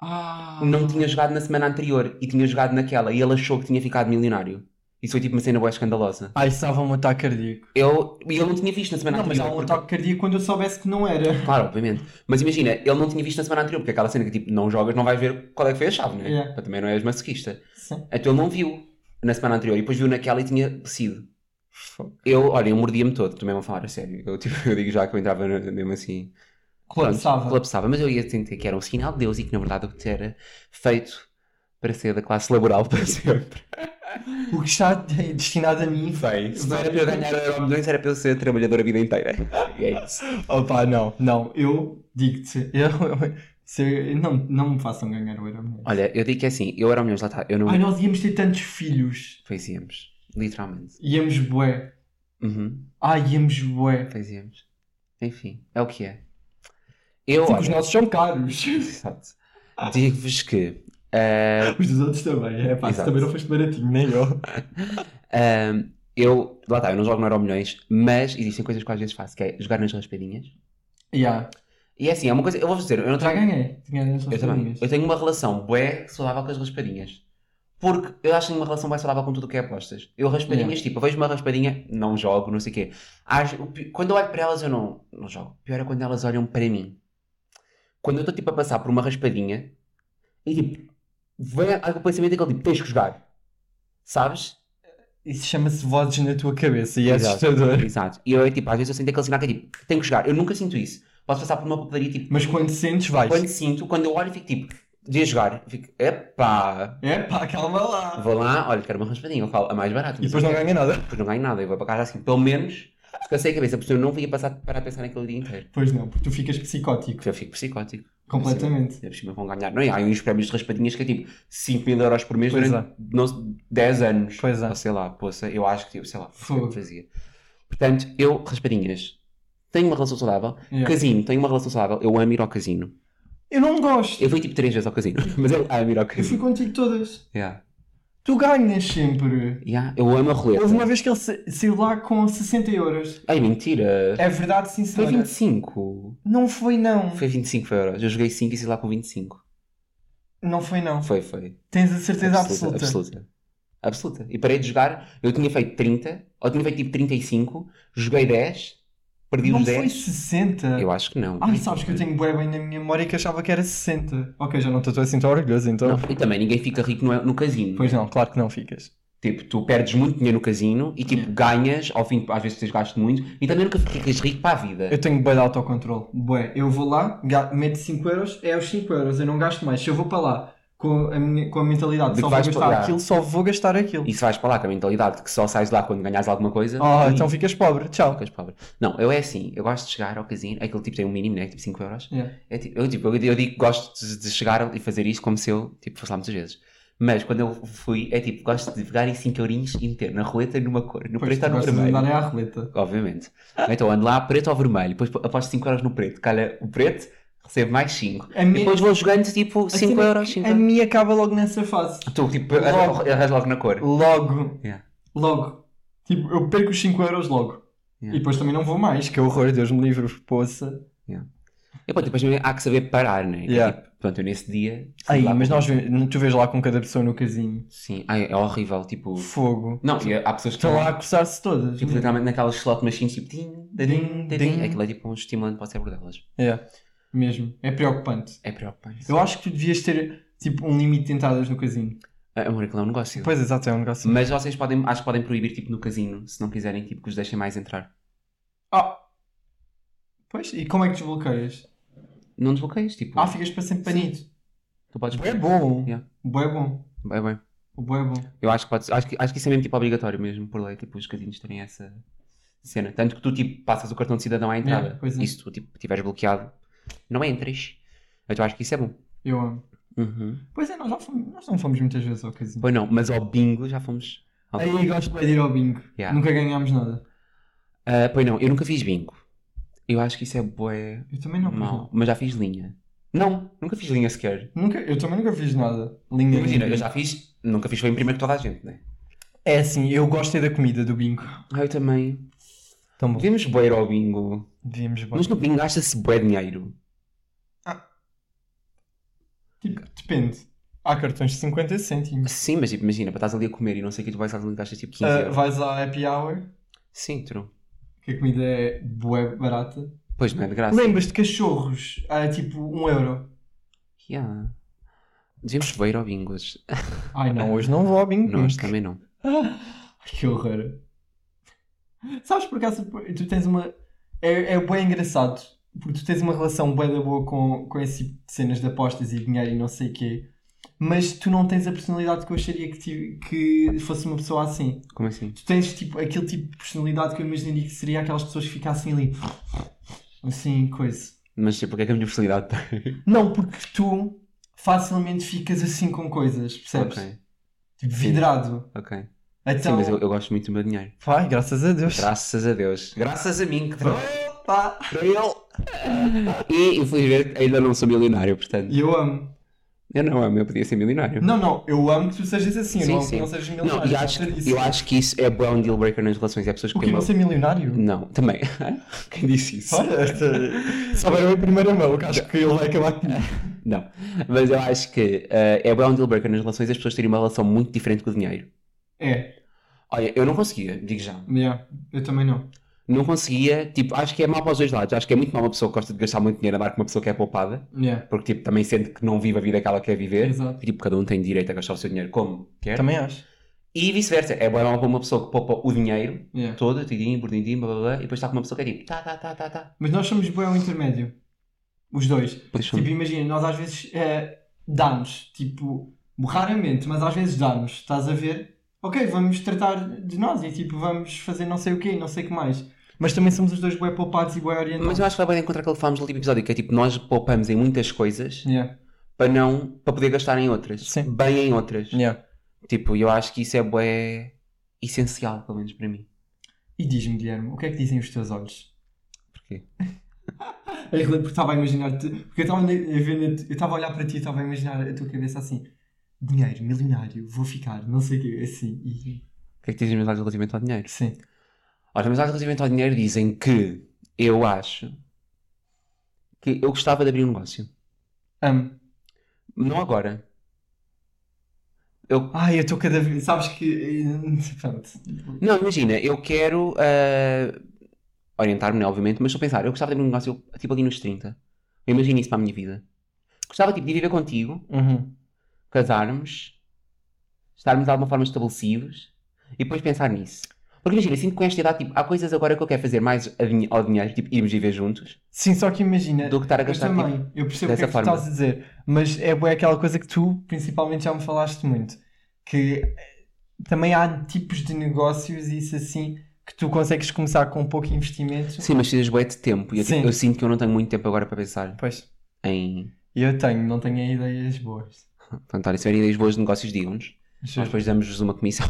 Speaker 2: Ah.
Speaker 1: não tinha jogado na semana anterior e tinha jogado naquela e ele achou que tinha ficado milionário. Isso foi tipo uma cena boa escandalosa.
Speaker 2: Ah, isso dava um ataque cardíaco.
Speaker 1: Eu, e ele não tinha visto na semana
Speaker 2: Não, mas
Speaker 1: anterior.
Speaker 2: há um
Speaker 1: porque-
Speaker 2: ataque cardíaco quando eu soubesse que não era.
Speaker 1: Claro, obviamente. Mas imagina, ele não tinha visto na semana anterior, porque aquela cena que tipo, não jogas, não vais ver qual é que foi a chave, né?
Speaker 2: Yeah.
Speaker 1: Para também não és masoquista.
Speaker 2: Sim.
Speaker 1: Então ele não viu na semana anterior e depois viu naquela e tinha sido. Eu, olha, eu mordia-me todo, também vou falar a sério. Eu, tipo, eu digo já que eu entrava na- mesmo assim. Pronto,
Speaker 2: Colapsava.
Speaker 1: colapsava, mas eu ia tentar que era um sinal de Deus e que na verdade eu era feito para ser da classe laboral para sempre.
Speaker 2: O que está de- destinado a mim.
Speaker 1: Sei, se não é era para eu ganhar Euro milhões, era para eu ser trabalhador a vida inteira. E é isso.
Speaker 2: Opa, não, não. Eu digo-te. Eu, se eu- não, não me façam ganhar o Euro Milhões.
Speaker 1: Olha, eu digo que é assim, eu era milhões, lá está, eu não.
Speaker 2: Ai, nós íamos ter tantos filhos.
Speaker 1: Fazíamos, literalmente.
Speaker 2: Íamos bué.
Speaker 1: Uhum,
Speaker 2: Ai, íamos bué.
Speaker 1: fazíamos. Enfim, é o que é. Eu,
Speaker 2: Sim, Tipo, os
Speaker 1: olha,
Speaker 2: nossos são caros.
Speaker 1: exato. digo-vos que. ah,
Speaker 2: Os dos outros também. É pá, isso
Speaker 1: Exato.
Speaker 2: também não foste baratinho, nem eu.
Speaker 1: ah, eu, lá está, eu não jogo no Euro milhões, mas existem coisas que eu às vezes faço, que é jogar nas raspadinhas.
Speaker 2: Já.
Speaker 1: E é assim, é uma coisa, eu vou-vos dizer, eu não
Speaker 2: Já
Speaker 1: trago.
Speaker 2: ganhei. Tinha as
Speaker 1: Eu
Speaker 2: nossas
Speaker 1: também.
Speaker 2: palminhas.
Speaker 1: Eu tenho uma relação bué saudável com as raspadinhas. Porque eu acho que tenho uma relação mais saudável com tudo o que é apostas. Eu raspadinhas,
Speaker 2: Yeah.
Speaker 1: tipo, eu vejo uma raspadinha, não jogo, não sei o quê. Acho- o pi- Quando eu olho para elas, eu não, não jogo. Pior é quando elas olham para mim. Quando eu estou, tipo, a passar por uma raspadinha, e, tipo, vem algum pensamento daquele tipo, tens que jogar. Sabes?
Speaker 2: Isso chama-se vozes na tua cabeça e é
Speaker 1: Exato.
Speaker 2: assustador.
Speaker 1: Exato. E eu, é, tipo, às vezes eu sinto aquele sinal que é tipo, tenho que jogar. Eu nunca sinto isso. Posso passar por uma papelaria, tipo,
Speaker 2: Mas quando sentes, vais.
Speaker 1: quando sinto, quando eu olho, fico tipo, devia jogar. Fico, epá,
Speaker 2: Epá, calma lá.
Speaker 1: vou lá, olha, quero uma raspadinha. Eu falo, a mais barata.
Speaker 2: E depois não ganha nada.
Speaker 1: Depois não ganho nada. Eu vou para casa assim, pelo menos, descansei a cabeça, porque eu não ia passar para pensar naquele dia inteiro.
Speaker 2: Pois não, porque tu ficas psicótico.
Speaker 1: Porque eu fico psicótico.
Speaker 2: Completamente.
Speaker 1: Eles cima vão ganhar. Não, é? há uns prémios de raspadinhas que é tipo 5 mil euros por mês
Speaker 2: Pois é.
Speaker 1: durante não- 10 anos.
Speaker 2: Pois é.
Speaker 1: Ou sei lá, poça, eu acho que tipo, sei lá, foi o
Speaker 2: Fogo.
Speaker 1: que eu fazia. Portanto, eu, raspadinhas, tenho uma relação saudável.
Speaker 2: Yeah.
Speaker 1: Casino, tenho uma relação saudável. Eu amo ir ao casino.
Speaker 2: Eu não gosto.
Speaker 1: Eu fui tipo 3 vezes ao casino, mas eu amo ir ao
Speaker 2: Eu fui
Speaker 1: casino.
Speaker 2: contigo todas.
Speaker 1: Yeah.
Speaker 2: Tu ganhas sempre.
Speaker 1: Yeah, eu amo a roleta.
Speaker 2: Houve uma vez que ele sa- saiu lá com 60 euros.
Speaker 1: Ai, mentira.
Speaker 2: É verdade, sim,
Speaker 1: Foi
Speaker 2: senhora.
Speaker 1: 25.
Speaker 2: Não foi, não.
Speaker 1: Foi 25 euros. Eu joguei 5 e sei lá com 25.
Speaker 2: Não foi, não.
Speaker 1: Foi, foi.
Speaker 2: Tens a certeza absoluta.
Speaker 1: Absoluta. Absoluta. E parei de jogar. Eu tinha feito 30, ou tinha feito tipo 35, joguei 10, perdi
Speaker 2: Não
Speaker 1: os
Speaker 2: foi
Speaker 1: 10.
Speaker 2: 60.
Speaker 1: Eu acho que não.
Speaker 2: Ai, sabes que eu tenho bué bem na minha memória que achava que era 60. Ok, já não estou assim tão orgulhoso, então.
Speaker 1: Não, e também ninguém fica rico no, no casino.
Speaker 2: Pois não, claro que não ficas.
Speaker 1: Tipo, tu perdes muito dinheiro no casino e tipo, ganhas, ao fim, às vezes tens gasto muito, e também nunca ficas rico para a vida.
Speaker 2: Eu tenho bué de autocontrole. Bué, eu vou lá, ga- meto 5 euros, é os 5 euros, eu não gasto mais. Se eu vou para lá com a, minha- com a mentalidade,
Speaker 1: De que
Speaker 2: só vou
Speaker 1: vais
Speaker 2: gastar
Speaker 1: pagar.
Speaker 2: aquilo, só vou gastar aquilo.
Speaker 1: E se vais para lá com a mentalidade que só sais de lá quando ganhas alguma coisa,
Speaker 2: Ah,
Speaker 1: e
Speaker 2: então ficas pobre, tchau.
Speaker 1: ficas pobre. Não, eu é assim, eu gosto de chegar ao casino, aquele tipo tem um mínimo, né? Tipo 5 euros.
Speaker 2: Yeah.
Speaker 1: É tipo- eu, tipo, eu, eu digo que gosto de, de chegar e fazer isto como se eu tipo, fosse lá muitas vezes. Mas quando eu fui, é tipo, gosto de pegar em 5 eurinhos e meter na roleta numa cor, no
Speaker 2: Pois,
Speaker 1: preto
Speaker 2: tu
Speaker 1: ou no
Speaker 2: gostas de andar
Speaker 1: vermelho.
Speaker 2: é à roleta.
Speaker 1: Obviamente. Então ando lá, preto ou vermelho, depois aposto 5 euros no preto, calha o preto, recebo mais 5.
Speaker 2: A minha,
Speaker 1: Depois vou jogando tipo 5
Speaker 2: cena é
Speaker 1: euros, 5
Speaker 2: a minha acaba logo nessa fase.
Speaker 1: Tu tipo,
Speaker 2: Logo.
Speaker 1: arras logo na cor.
Speaker 2: Logo.
Speaker 1: Yeah.
Speaker 2: Logo. Tipo, eu perco os 5 euros logo.
Speaker 1: Yeah.
Speaker 2: E depois também não vou mais, que horror, Deus me livre, poça.
Speaker 1: E pronto, depois também tipo, há que saber parar, né?
Speaker 2: Yeah.
Speaker 1: É tipo, pronto, eu nesse dia. fui
Speaker 2: Aí,
Speaker 1: lá
Speaker 2: mas
Speaker 1: com-
Speaker 2: nós, ve- tu vês lá com cada pessoa no casinho.
Speaker 1: Sim, Ai, é horrível, tipo.
Speaker 2: Fogo.
Speaker 1: Não, e há pessoas que
Speaker 2: Estão lá a coçar-se todas.
Speaker 1: Tipo, literalmente naquelas slot machines, tipo, tim, dadim,
Speaker 2: Tim,
Speaker 1: dadim.
Speaker 2: tim.
Speaker 1: Aquilo é tipo um estimulante para o cérebro delas.
Speaker 2: É, mesmo. É preocupante.
Speaker 1: É preocupante.
Speaker 2: Eu acho que tu devias ter, tipo, um limite de entradas no casino.
Speaker 1: Ah, Amor, aquilo é um negócio.
Speaker 2: Pois, exato, é um negócio.
Speaker 1: Mas vocês podem, acho que podem proibir, tipo, no casino, se não quiserem, tipo, que os deixem mais entrar.
Speaker 2: Ah. Pois, e como é que desbloqueias?
Speaker 1: Não desbloqueias, tipo,
Speaker 2: Ah, ficas para sempre banido.
Speaker 1: tu podes...
Speaker 2: O é bom.
Speaker 1: Yeah.
Speaker 2: O bom é bom.
Speaker 1: É bem.
Speaker 2: O bom é bom.
Speaker 1: Eu acho que, pode, acho, que, acho que isso é mesmo, tipo, obrigatório mesmo, por lei, tipo, os casinos terem essa cena. Tanto que tu, tipo, passas o cartão de cidadão à entrada.
Speaker 2: Yeah, pois é.
Speaker 1: E se tu, tipo, estiveres bloqueado, não entres. Então acho que isso é bom.
Speaker 2: Eu amo.
Speaker 1: Uhum.
Speaker 2: Pois é, nós, já fomos, nós não fomos muitas vezes ao casino.
Speaker 1: Pois não, mas ao bingo já fomos... ao
Speaker 2: Aí gosto bué de ir ao bingo.
Speaker 1: Ah, Yeah.
Speaker 2: Nunca ganhámos nada.
Speaker 1: Ah, pois não, eu nunca fiz bingo. Eu acho que isso é bué
Speaker 2: Eu também não.
Speaker 1: mal, mas já fiz linha. Não, nunca fiz linha sequer.
Speaker 2: Nunca, eu também nunca fiz nada. Linha
Speaker 1: Imagina,
Speaker 2: de-
Speaker 1: eu já fiz, nunca fiz foi em primeiro que toda a gente, né?
Speaker 2: É assim, eu gostei da comida do bingo.
Speaker 1: Ah, eu também.
Speaker 2: Tão bom.
Speaker 1: Podemos boeiro ao bingo.
Speaker 2: Devíamos bom.
Speaker 1: Mas no bingo gasta-se bué dinheiro.
Speaker 2: Tipo, depende. Há cartões de 50 cêntimos.
Speaker 1: Sim, mas tipo, imagina, para estás ali a comer e não sei o que, tu vais às gastas tipo 15
Speaker 2: Ah,
Speaker 1: euros.
Speaker 2: vais à happy hour,
Speaker 1: Sim, true.
Speaker 2: que a comida é bué barata.
Speaker 1: Pois não é de graça.
Speaker 2: Lembras-te de cachorros a tipo 1 euro?
Speaker 1: Yeah. Devíamos boeiro ao bingo hoje.
Speaker 2: Ai não, hoje não vou ao bingo.
Speaker 1: Nós também não.
Speaker 2: Ai, Ah, que horror. Sabes por acaso, tu tens uma. É, é bem engraçado, porque tu tens uma relação bem da boa com, com esse tipo de cenas de apostas e dinheiro e não sei o quê, mas tu não tens a personalidade que eu acharia que, ti- que fosse uma pessoa assim.
Speaker 1: Como assim?
Speaker 2: Tu tens tipo, aquele tipo de personalidade que eu imaginaria que seria aquelas pessoas que ficassem ali. Assim, coisa.
Speaker 1: Mas tipo, porque é que a minha personalidade tá?
Speaker 2: Não, porque tu facilmente ficas assim com coisas, percebes?
Speaker 1: Ok,
Speaker 2: Tipo, vidrado.
Speaker 1: ok. Sim,
Speaker 2: Então,
Speaker 1: mas eu, eu gosto muito do meu dinheiro.
Speaker 2: vai, graças a Deus.
Speaker 1: Graças a Deus. Graças a mim que trabalho.
Speaker 2: Opa!
Speaker 1: E infelizmente ainda não sou milionário, portanto.
Speaker 2: E eu amo.
Speaker 1: Eu não amo, eu podia ser milionário.
Speaker 2: Não, não, eu amo que tu sejas assim, eu
Speaker 1: Sim,
Speaker 2: não amo que
Speaker 1: sim.
Speaker 2: não sejas
Speaker 1: Não,
Speaker 2: milionário.
Speaker 1: e
Speaker 2: já
Speaker 1: acho,
Speaker 2: te disse.
Speaker 1: eu acho que isso é bom deal breaker nas relações. E há pessoas que
Speaker 2: O que
Speaker 1: têm
Speaker 2: não
Speaker 1: uma-
Speaker 2: ser milionário?
Speaker 1: Não, também. Quem disse isso?
Speaker 2: Olha, esta... souberam em primeira mão, que acho que ele vai acabar comigo.
Speaker 1: Não. Mas eu acho que eh, é bom deal breaker nas relações as pessoas terem uma relação muito diferente com o dinheiro.
Speaker 2: É,
Speaker 1: Olha, eu não conseguia, digo já.
Speaker 2: yeah, eu também não.
Speaker 1: Não conseguia, tipo, acho que é mal para os dois lados. Acho que é muito mal uma pessoa que gosta de gastar muito dinheiro a dar com uma pessoa que é poupada,
Speaker 2: Yeah.
Speaker 1: porque, tipo, também sente que não vive a vida que ela quer viver.
Speaker 2: Exato.
Speaker 1: Tipo, cada um tem direito a gastar o seu dinheiro como quer.
Speaker 2: Também acho.
Speaker 1: E vice-versa. É bom mal para uma pessoa que poupa o dinheiro
Speaker 2: Yeah.
Speaker 1: todo, tidinho, bordindinho, blá blá blá, e depois está com uma pessoa que é tipo, tá, tá, tá, tá, tá.
Speaker 2: Mas nós somos bem ao intermédio. Os dois.
Speaker 1: Pois são-
Speaker 2: Tipo, imagina, nós às vezes eh, dá-nos, tipo, raramente, mas às vezes dá-nos, estás a ver? Ok, vamos tratar de nós e tipo, vamos fazer não sei o quê, não sei o que mais. Mas também somos os dois bué poupados e bué
Speaker 1: Mas
Speaker 2: orientados.
Speaker 1: eu acho que vai bem encontrar aquilo que falámos no último episódio, que é tipo, nós poupamos em muitas coisas
Speaker 2: Yeah,
Speaker 1: para não, para poder gastar em outras.
Speaker 2: Sim.
Speaker 1: Bem em outras.
Speaker 2: yeah.
Speaker 1: Tipo, eu acho que isso é bué essencial, pelo menos para mim.
Speaker 2: E diz-me, Guilherme, o que é que dizem os teus olhos?
Speaker 1: Porquê?
Speaker 2: É porque estava a imaginar-te, porque eu estava a ver, na- eu estava a olhar para ti e estava a imaginar a tua cabeça assim: dinheiro, milionário, vou ficar, não sei o quê, assim. E,
Speaker 1: O que é que dizem os meus lados relativamente ao dinheiro?
Speaker 2: sim.
Speaker 1: Ora, os meus lados relativamente ao dinheiro dizem que eu acho que eu gostava de abrir um negócio.
Speaker 2: Amo.
Speaker 1: Não agora. Eu...
Speaker 2: Ai, eu estou cada vez. Sabes que. eh, Pronto.
Speaker 1: Não, imagina, eu quero ah, orientar-me, né, obviamente, mas estou a pensar, eu gostava de abrir um negócio tipo ali nos 30. Eu imagino isso para a minha vida. Gostava tipo, de viver contigo,
Speaker 2: Uhum.
Speaker 1: casarmos, estarmos de alguma forma estabelecidos e depois pensar nisso. Porque imagina, sinto que com esta idade, tipo, há coisas agora que eu quero fazer mais a dinhe- ao dinheiro, tipo, irmos viver juntos,
Speaker 2: Sim, só que imagina.
Speaker 1: do que estar a
Speaker 2: Eu
Speaker 1: gastar
Speaker 2: também,
Speaker 1: tipo.
Speaker 2: eu percebo o que
Speaker 1: dessa
Speaker 2: é que tu
Speaker 1: forma.
Speaker 2: estás a dizer, mas é bué aquela coisa que tu, principalmente, já me falaste muito, que eh, também há tipos de negócios e isso assim que tu consegues começar com pouco investimento.
Speaker 1: Sim, mas precisas bué de tempo e eu, tipo,
Speaker 2: Sim.
Speaker 1: eu sinto que eu não tenho muito tempo agora para pensar
Speaker 2: Pois.
Speaker 1: em.
Speaker 2: E eu tenho, não tenho ideias boas.
Speaker 1: Portanto, olha, se tiverem ideias boas de negócios, digam-nos. Nós
Speaker 2: Juro.
Speaker 1: depois damos-vos uma comissão.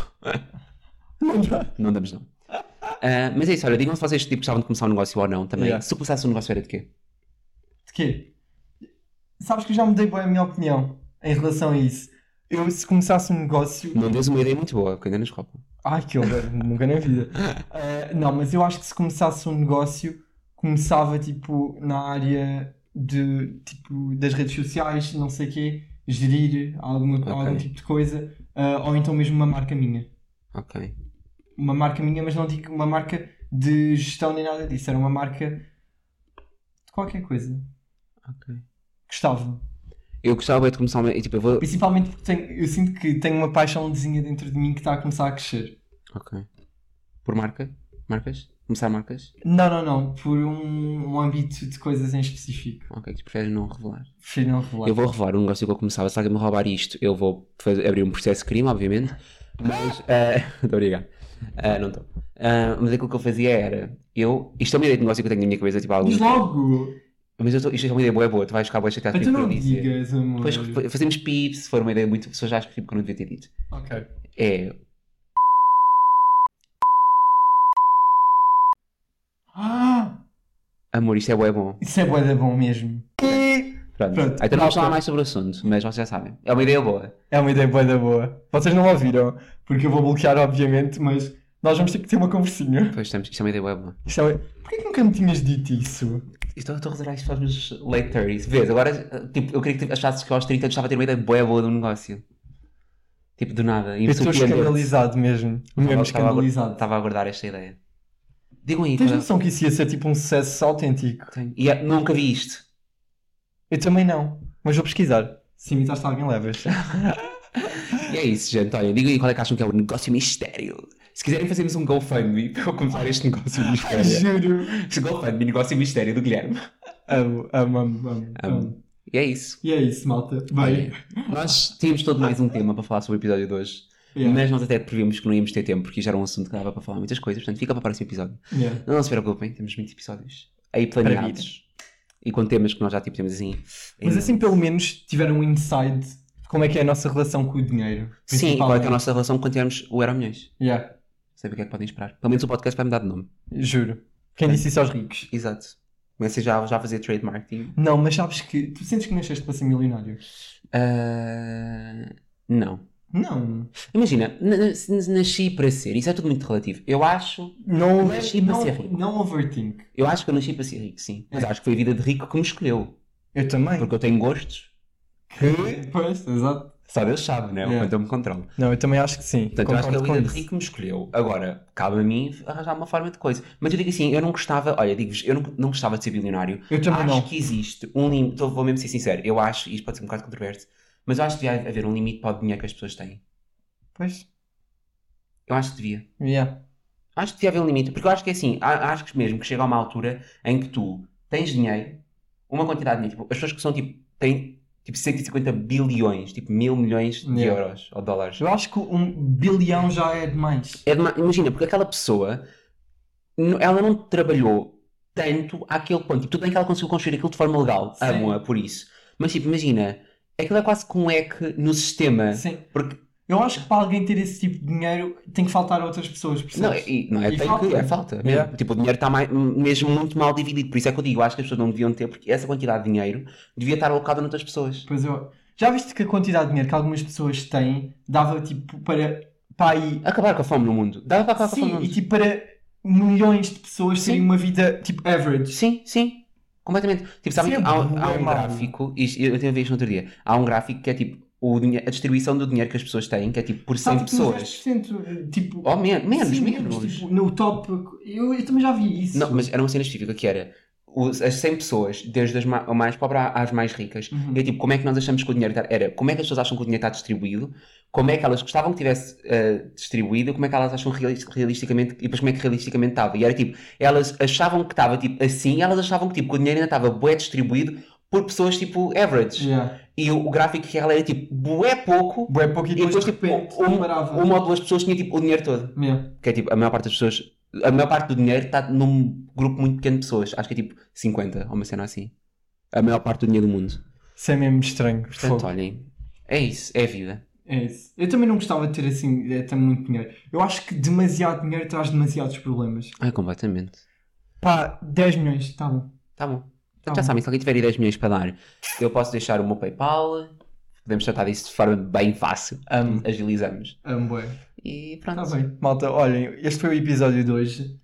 Speaker 2: Não dá.
Speaker 1: não damos, não. Ah, mas é isso, olha, digam se vocês tipo, gostavam de começar um negócio ou não também.
Speaker 2: Yeah.
Speaker 1: Se eu começasse um negócio era de quê?
Speaker 2: De quê? Sabes que eu já mudei bué a minha opinião em relação a isso. Eu, se começasse um negócio,
Speaker 1: Não dês uma ideia muito boa, porque ainda nos roubam.
Speaker 2: Ai, que horror, nunca na vida. Ah, não, mas eu acho que se começasse um negócio, começava tipo na área de, tipo, das redes sociais, não sei o quê, gerir alguma,
Speaker 1: Ok.
Speaker 2: algum tipo de coisa, ah, ou então mesmo uma marca minha.
Speaker 1: Ok.
Speaker 2: Uma marca minha, mas não digo uma marca de gestão nem nada disso, era uma marca de qualquer coisa.
Speaker 1: Ok.
Speaker 2: Gostava.
Speaker 1: Eu gostava bué de começar uma. e, Tipo, eu vou.
Speaker 2: Principalmente porque tenho- eu sinto que tenho uma paixãozinha dentro de mim que está a começar a crescer.
Speaker 1: Ok. Por marca? Marcas? Começar marcas?
Speaker 2: Não, não, não. Por um, um âmbito de coisas em específico.
Speaker 1: Ok, que preferes não revelar.
Speaker 2: Prefiro não revelar.
Speaker 1: Eu vou revelar um negócio que eu começava. Se alguém me roubar isto, eu vou fazer- abrir um processo de crime, obviamente. Mas. eh, Muito obrigado. Eh, não estou. Eh, mas aquilo que eu fazia era. Eu. Isto é uma ideia de negócio que eu tenho na minha cabeça, tipo, há algum.
Speaker 2: Diz logo!
Speaker 1: Mas eu tô, isto é uma ideia boa, boa. Tu vais ficar boa chateado
Speaker 2: Então
Speaker 1: comigo
Speaker 2: não
Speaker 1: por eu dizer.
Speaker 2: digas, amor.
Speaker 1: Depois fa- fazemos pip, se for uma ideia muito. Pessoas acham que, tipo, que eu não devia ter dito.
Speaker 2: Ok.
Speaker 1: É.
Speaker 2: Ah!
Speaker 1: Amor, isto é bué bom.
Speaker 2: Isso é bué da bom mesmo.
Speaker 1: Pronto.
Speaker 2: Pronto.
Speaker 1: Então não vamos
Speaker 2: Não,
Speaker 1: falar
Speaker 2: pronto.
Speaker 1: mais sobre o assunto, mas vocês já sabem. É uma ideia boa.
Speaker 2: É uma ideia bué da boa. Vocês não ouviram, porque eu vou bloquear, obviamente, mas nós vamos ter que ter uma conversinha.
Speaker 1: Pois estamos. Isto é uma ideia bué boa.
Speaker 2: Isto é... Porquê que nunca me tinhas dito isso?
Speaker 1: Estou, estou a reservar isto é para os meus late 30s. Vês, agora, tipo, eu queria que tu achasses que aos 30 anos estava a ter uma ideia boa, boa de um negócio. Tipo, do nada. E
Speaker 2: Eu estou
Speaker 1: surpreendente.
Speaker 2: escandalizado mesmo.
Speaker 1: Estava- estava a-
Speaker 2: Mesmo é escandalizado.
Speaker 1: Estava a aguardar esta ideia. Digam aí.
Speaker 2: Tá. Tens
Speaker 1: qual é-
Speaker 2: noção que isso ia ser tipo um sucesso autêntico?
Speaker 1: Tenho. E é- nunca vi isto.
Speaker 2: Eu também não, mas vou pesquisar. Se imitaste alguém, levas.
Speaker 1: E é isso, gente. Olha, digam aí qual é que acham que é o negócio mistério. Se quiserem fazermos um GoFundMe para eu começar este negócio
Speaker 2: é.
Speaker 1: mistério.
Speaker 2: Juro.
Speaker 1: Este GoFundMe, negócio mistério do Guilherme.
Speaker 2: Amo, amo, amo, amo, amo.
Speaker 1: E é isso.
Speaker 2: E é isso, malta. Bem,
Speaker 1: Olha, nós tínhamos todo mais um tema para falar sobre o episódio de hoje.
Speaker 2: yeah,
Speaker 1: Mas nós até prevíamos que não íamos ter tempo, porque já era um assunto que dava para falar muitas coisas, portanto fica para o próximo episódio.
Speaker 2: yeah.
Speaker 1: Não se preocupem, temos muitos episódios aí planeados. E com temas que nós já tipo, temos assim.
Speaker 2: Mas
Speaker 1: em-
Speaker 2: assim, pelo menos, tiveram um insight de como é que é a nossa relação com o dinheiro.
Speaker 1: Sim, qual é que é a
Speaker 2: principalmente.
Speaker 1: nossa relação quando tivermos o Euro Milhões?
Speaker 2: Yeah,
Speaker 1: Sabe o que é que podem esperar? Pelo menos o podcast vai mudar de nome.
Speaker 2: juro. Quem disse isso aos ricos?
Speaker 1: Exato. Comecei assim, já, já a fazer trade marketing.
Speaker 2: Não, mas sabes que. Tu sentes que nasceste para ser milionário?
Speaker 1: Ah, não.
Speaker 2: Não.
Speaker 1: Imagina, na- na- se nasci para ser, isso é tudo muito relativo. Eu acho,
Speaker 2: Não,
Speaker 1: Nasci para
Speaker 2: não,
Speaker 1: ser rico.
Speaker 2: não overthink.
Speaker 1: eu acho que eu nasci para ser rico, sim.
Speaker 2: É.
Speaker 1: Mas acho que foi a vida de rico que me escolheu.
Speaker 2: Eu também.
Speaker 1: Porque eu tenho gostos.
Speaker 2: Que? Pois, exato.
Speaker 1: Só Deus sabe, né? O
Speaker 2: Yeah.
Speaker 1: quanto eu me controlo.
Speaker 2: Não, eu também acho que sim.
Speaker 1: Portanto, eu acho que a vida
Speaker 2: Concordo
Speaker 1: de
Speaker 2: com isso.
Speaker 1: rico me escolheu. Agora, cabe a mim arranjar uma forma de coisa. Mas eu digo assim, eu não gostava, olha, digo-vos, eu não, não gostava de ser bilionário.
Speaker 2: Eu também
Speaker 1: acho
Speaker 2: não.
Speaker 1: que existe um limite, então vou mesmo ser sincero, eu acho, e isto pode ser um bocado controverso, mas eu acho que devia haver um limite para o dinheiro que as pessoas têm.
Speaker 2: Pois.
Speaker 1: Eu acho que devia.
Speaker 2: Yeah.
Speaker 1: Acho que devia haver um limite, porque eu acho que é assim, a- acho que mesmo que chega a uma altura em que tu tens dinheiro, uma quantidade de dinheiro, tipo, as pessoas que são tipo, têm tipo 150 bilhões, tipo mil milhões de
Speaker 2: Yeah.
Speaker 1: euros ou dólares.
Speaker 2: Eu acho que um bilhão já é demais.
Speaker 1: É dema- imagina, porque aquela pessoa, n- ela não trabalhou tanto àquele ponto. Tipo, tudo bem que ela conseguiu construir aquilo de forma legal.
Speaker 2: Sim.
Speaker 1: Amo-a por isso. Mas, tipo, imagina, aquilo é quase que um leque no sistema.
Speaker 2: Sim.
Speaker 1: Porque,
Speaker 2: Eu acho que para alguém ter esse tipo de dinheiro tem que faltar a outras pessoas,
Speaker 1: não,
Speaker 2: percebes?
Speaker 1: e, não é,
Speaker 2: E
Speaker 1: tem
Speaker 2: falta.
Speaker 1: que, é falta. mesmo.
Speaker 2: Yeah.
Speaker 1: Tipo, o dinheiro está mai- mesmo muito mal dividido. Por isso é que eu digo, acho que as pessoas não deviam ter, porque essa quantidade de dinheiro devia estar alocada noutras pessoas.
Speaker 2: Pois eu... Já viste que a quantidade de dinheiro que algumas pessoas têm dava tipo para, para aí.
Speaker 1: Acabar com a fome no mundo. Dá para acabar com a fome no
Speaker 2: Sim, e
Speaker 1: mundo.
Speaker 2: tipo para milhões de pessoas terem
Speaker 1: Sim.
Speaker 2: uma vida tipo average.
Speaker 1: Sim, sim. Completamente. Tipo, sabem,
Speaker 2: Isso é
Speaker 1: há, há
Speaker 2: bué
Speaker 1: um
Speaker 2: mau.
Speaker 1: gráfico, isto- eu tenho visto isto no outro dia, há um gráfico que é tipo o dinhe- a distribuição do dinheiro que as pessoas têm, que é tipo por 100
Speaker 2: Sabe, tipo, uns
Speaker 1: pessoas.
Speaker 2: 10%, tipo,
Speaker 1: Ou men- menos,
Speaker 2: sim,
Speaker 1: menos.
Speaker 2: Tipo, no top. Eu, eu também já vi isso.
Speaker 1: Não, mas era uma cena específica que era os- as 100 pessoas, desde as ma- a mais pobres à- às mais ricas.
Speaker 2: Uhum.
Speaker 1: É tipo, como é que nós achamos que o dinheiro está. Era como é que as pessoas acham que o dinheiro está distribuído, como é que elas gostavam que tivesse eh, distribuído, como é que elas acham reali- realisticamente e depois como é que realisticamente estava. E era tipo, elas achavam que estava tipo assim, elas achavam que, tipo, que o dinheiro ainda estava bué distribuído por pessoas tipo average.
Speaker 2: Yeah.
Speaker 1: E o, o gráfico que ela era tipo, bué pouco,
Speaker 2: Bué pouco e
Speaker 1: E
Speaker 2: depois,
Speaker 1: depois,
Speaker 2: de
Speaker 1: tipo,
Speaker 2: repente
Speaker 1: um-
Speaker 2: parava.
Speaker 1: uma ou duas pessoas tinha tipo o dinheiro todo.
Speaker 2: Yeah.
Speaker 1: Que é tipo, a maior parte das pessoas, a maior parte do dinheiro está num grupo muito pequeno de pessoas. Acho que é tipo 50, ou uma cena assim. A maior parte do dinheiro do mundo.
Speaker 2: Isso é mesmo estranho.
Speaker 1: Portanto,
Speaker 2: fogo.
Speaker 1: olhem, é isso, é a vida.
Speaker 2: É isso. Eu também não gostava de ter assim é, tão muito dinheiro. Eu acho que demasiado dinheiro traz demasiados problemas.
Speaker 1: Ai, Ah, completamente.
Speaker 2: Pá, 10 milhões, tá bom.
Speaker 1: Tá bom.
Speaker 2: Tá
Speaker 1: Então,
Speaker 2: bom.
Speaker 1: já sabem, se alguém tiver 10 milhões para dar, eu posso deixar o meu PayPal. Podemos tratar disso de forma bem fácil.
Speaker 2: Amo.
Speaker 1: Agilizamos.
Speaker 2: Amo, bué.
Speaker 1: E
Speaker 2: Hum. Tá
Speaker 1: pronto.
Speaker 2: bem. Malta, olhem, este foi o episódio de hoje.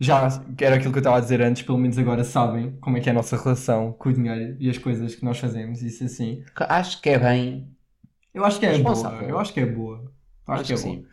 Speaker 2: Já que era aquilo que eu estava a dizer antes, pelo menos agora sabem como é que é a nossa relação com o dinheiro e as coisas que nós fazemos, isso assim.
Speaker 1: Acho que é bem.
Speaker 2: Eu acho que é boa.
Speaker 1: Responsável.
Speaker 2: Eu acho que é boa. Eu Acho, que é boa.
Speaker 1: sim.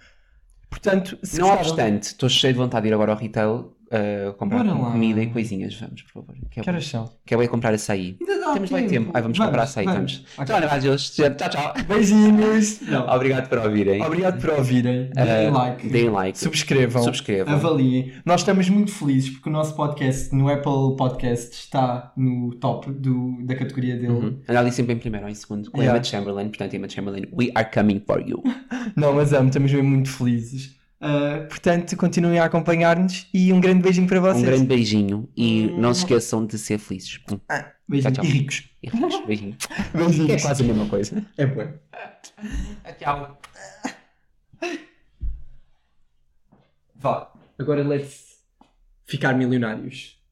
Speaker 2: Portanto,
Speaker 1: assim.
Speaker 2: se
Speaker 1: Não
Speaker 2: gostaram-
Speaker 1: obstante, estou cheio de vontade de ir agora ao retail eh, comprar
Speaker 2: Bora lá.
Speaker 1: comida e coisinhas. Vamos, por favor. Que é
Speaker 2: Que horas são?
Speaker 1: Que é bem comprar açaí.
Speaker 2: Ainda dá
Speaker 1: Temos bem tempo. Ai, vamos comprar açaí,
Speaker 2: vamos. Ok.
Speaker 1: Então, olha, mais hoje. Tchau, tchau.
Speaker 2: Beijinhos. Não.
Speaker 1: Obrigado por ouvirem.
Speaker 2: Obrigado por ouvirem. Deem
Speaker 1: Eh,
Speaker 2: like.
Speaker 1: Deem like.
Speaker 2: Subscrevam.
Speaker 1: Subscrevam.
Speaker 2: Avaliem. Nós estamos muito felizes porque o nosso podcast no Apple Podcast está no top do, da categoria dele.
Speaker 1: Uhum. Andar ali sempre em primeiro ou em segundo. Com
Speaker 2: Yeah.
Speaker 1: Emma Chamberlain. Portanto, Emma Chamberlain, we are coming for you.
Speaker 2: Não, mas amo, estamos mesmo muito felizes. Ah, portanto, continuem a acompanhar-nos e um grande beijinho para vocês.
Speaker 1: Um
Speaker 2: Hum.
Speaker 1: grande beijinho e não se esqueçam de ser felizes. Pum.
Speaker 2: beijinho.
Speaker 1: Tchau, tchau.
Speaker 2: E ricos.
Speaker 1: E relaxa, beijinho.
Speaker 2: Beijinhos.
Speaker 1: É quase a mesma coisa.
Speaker 2: É bom.
Speaker 1: Tchau.
Speaker 2: Vá. Agora let's ficar milionários.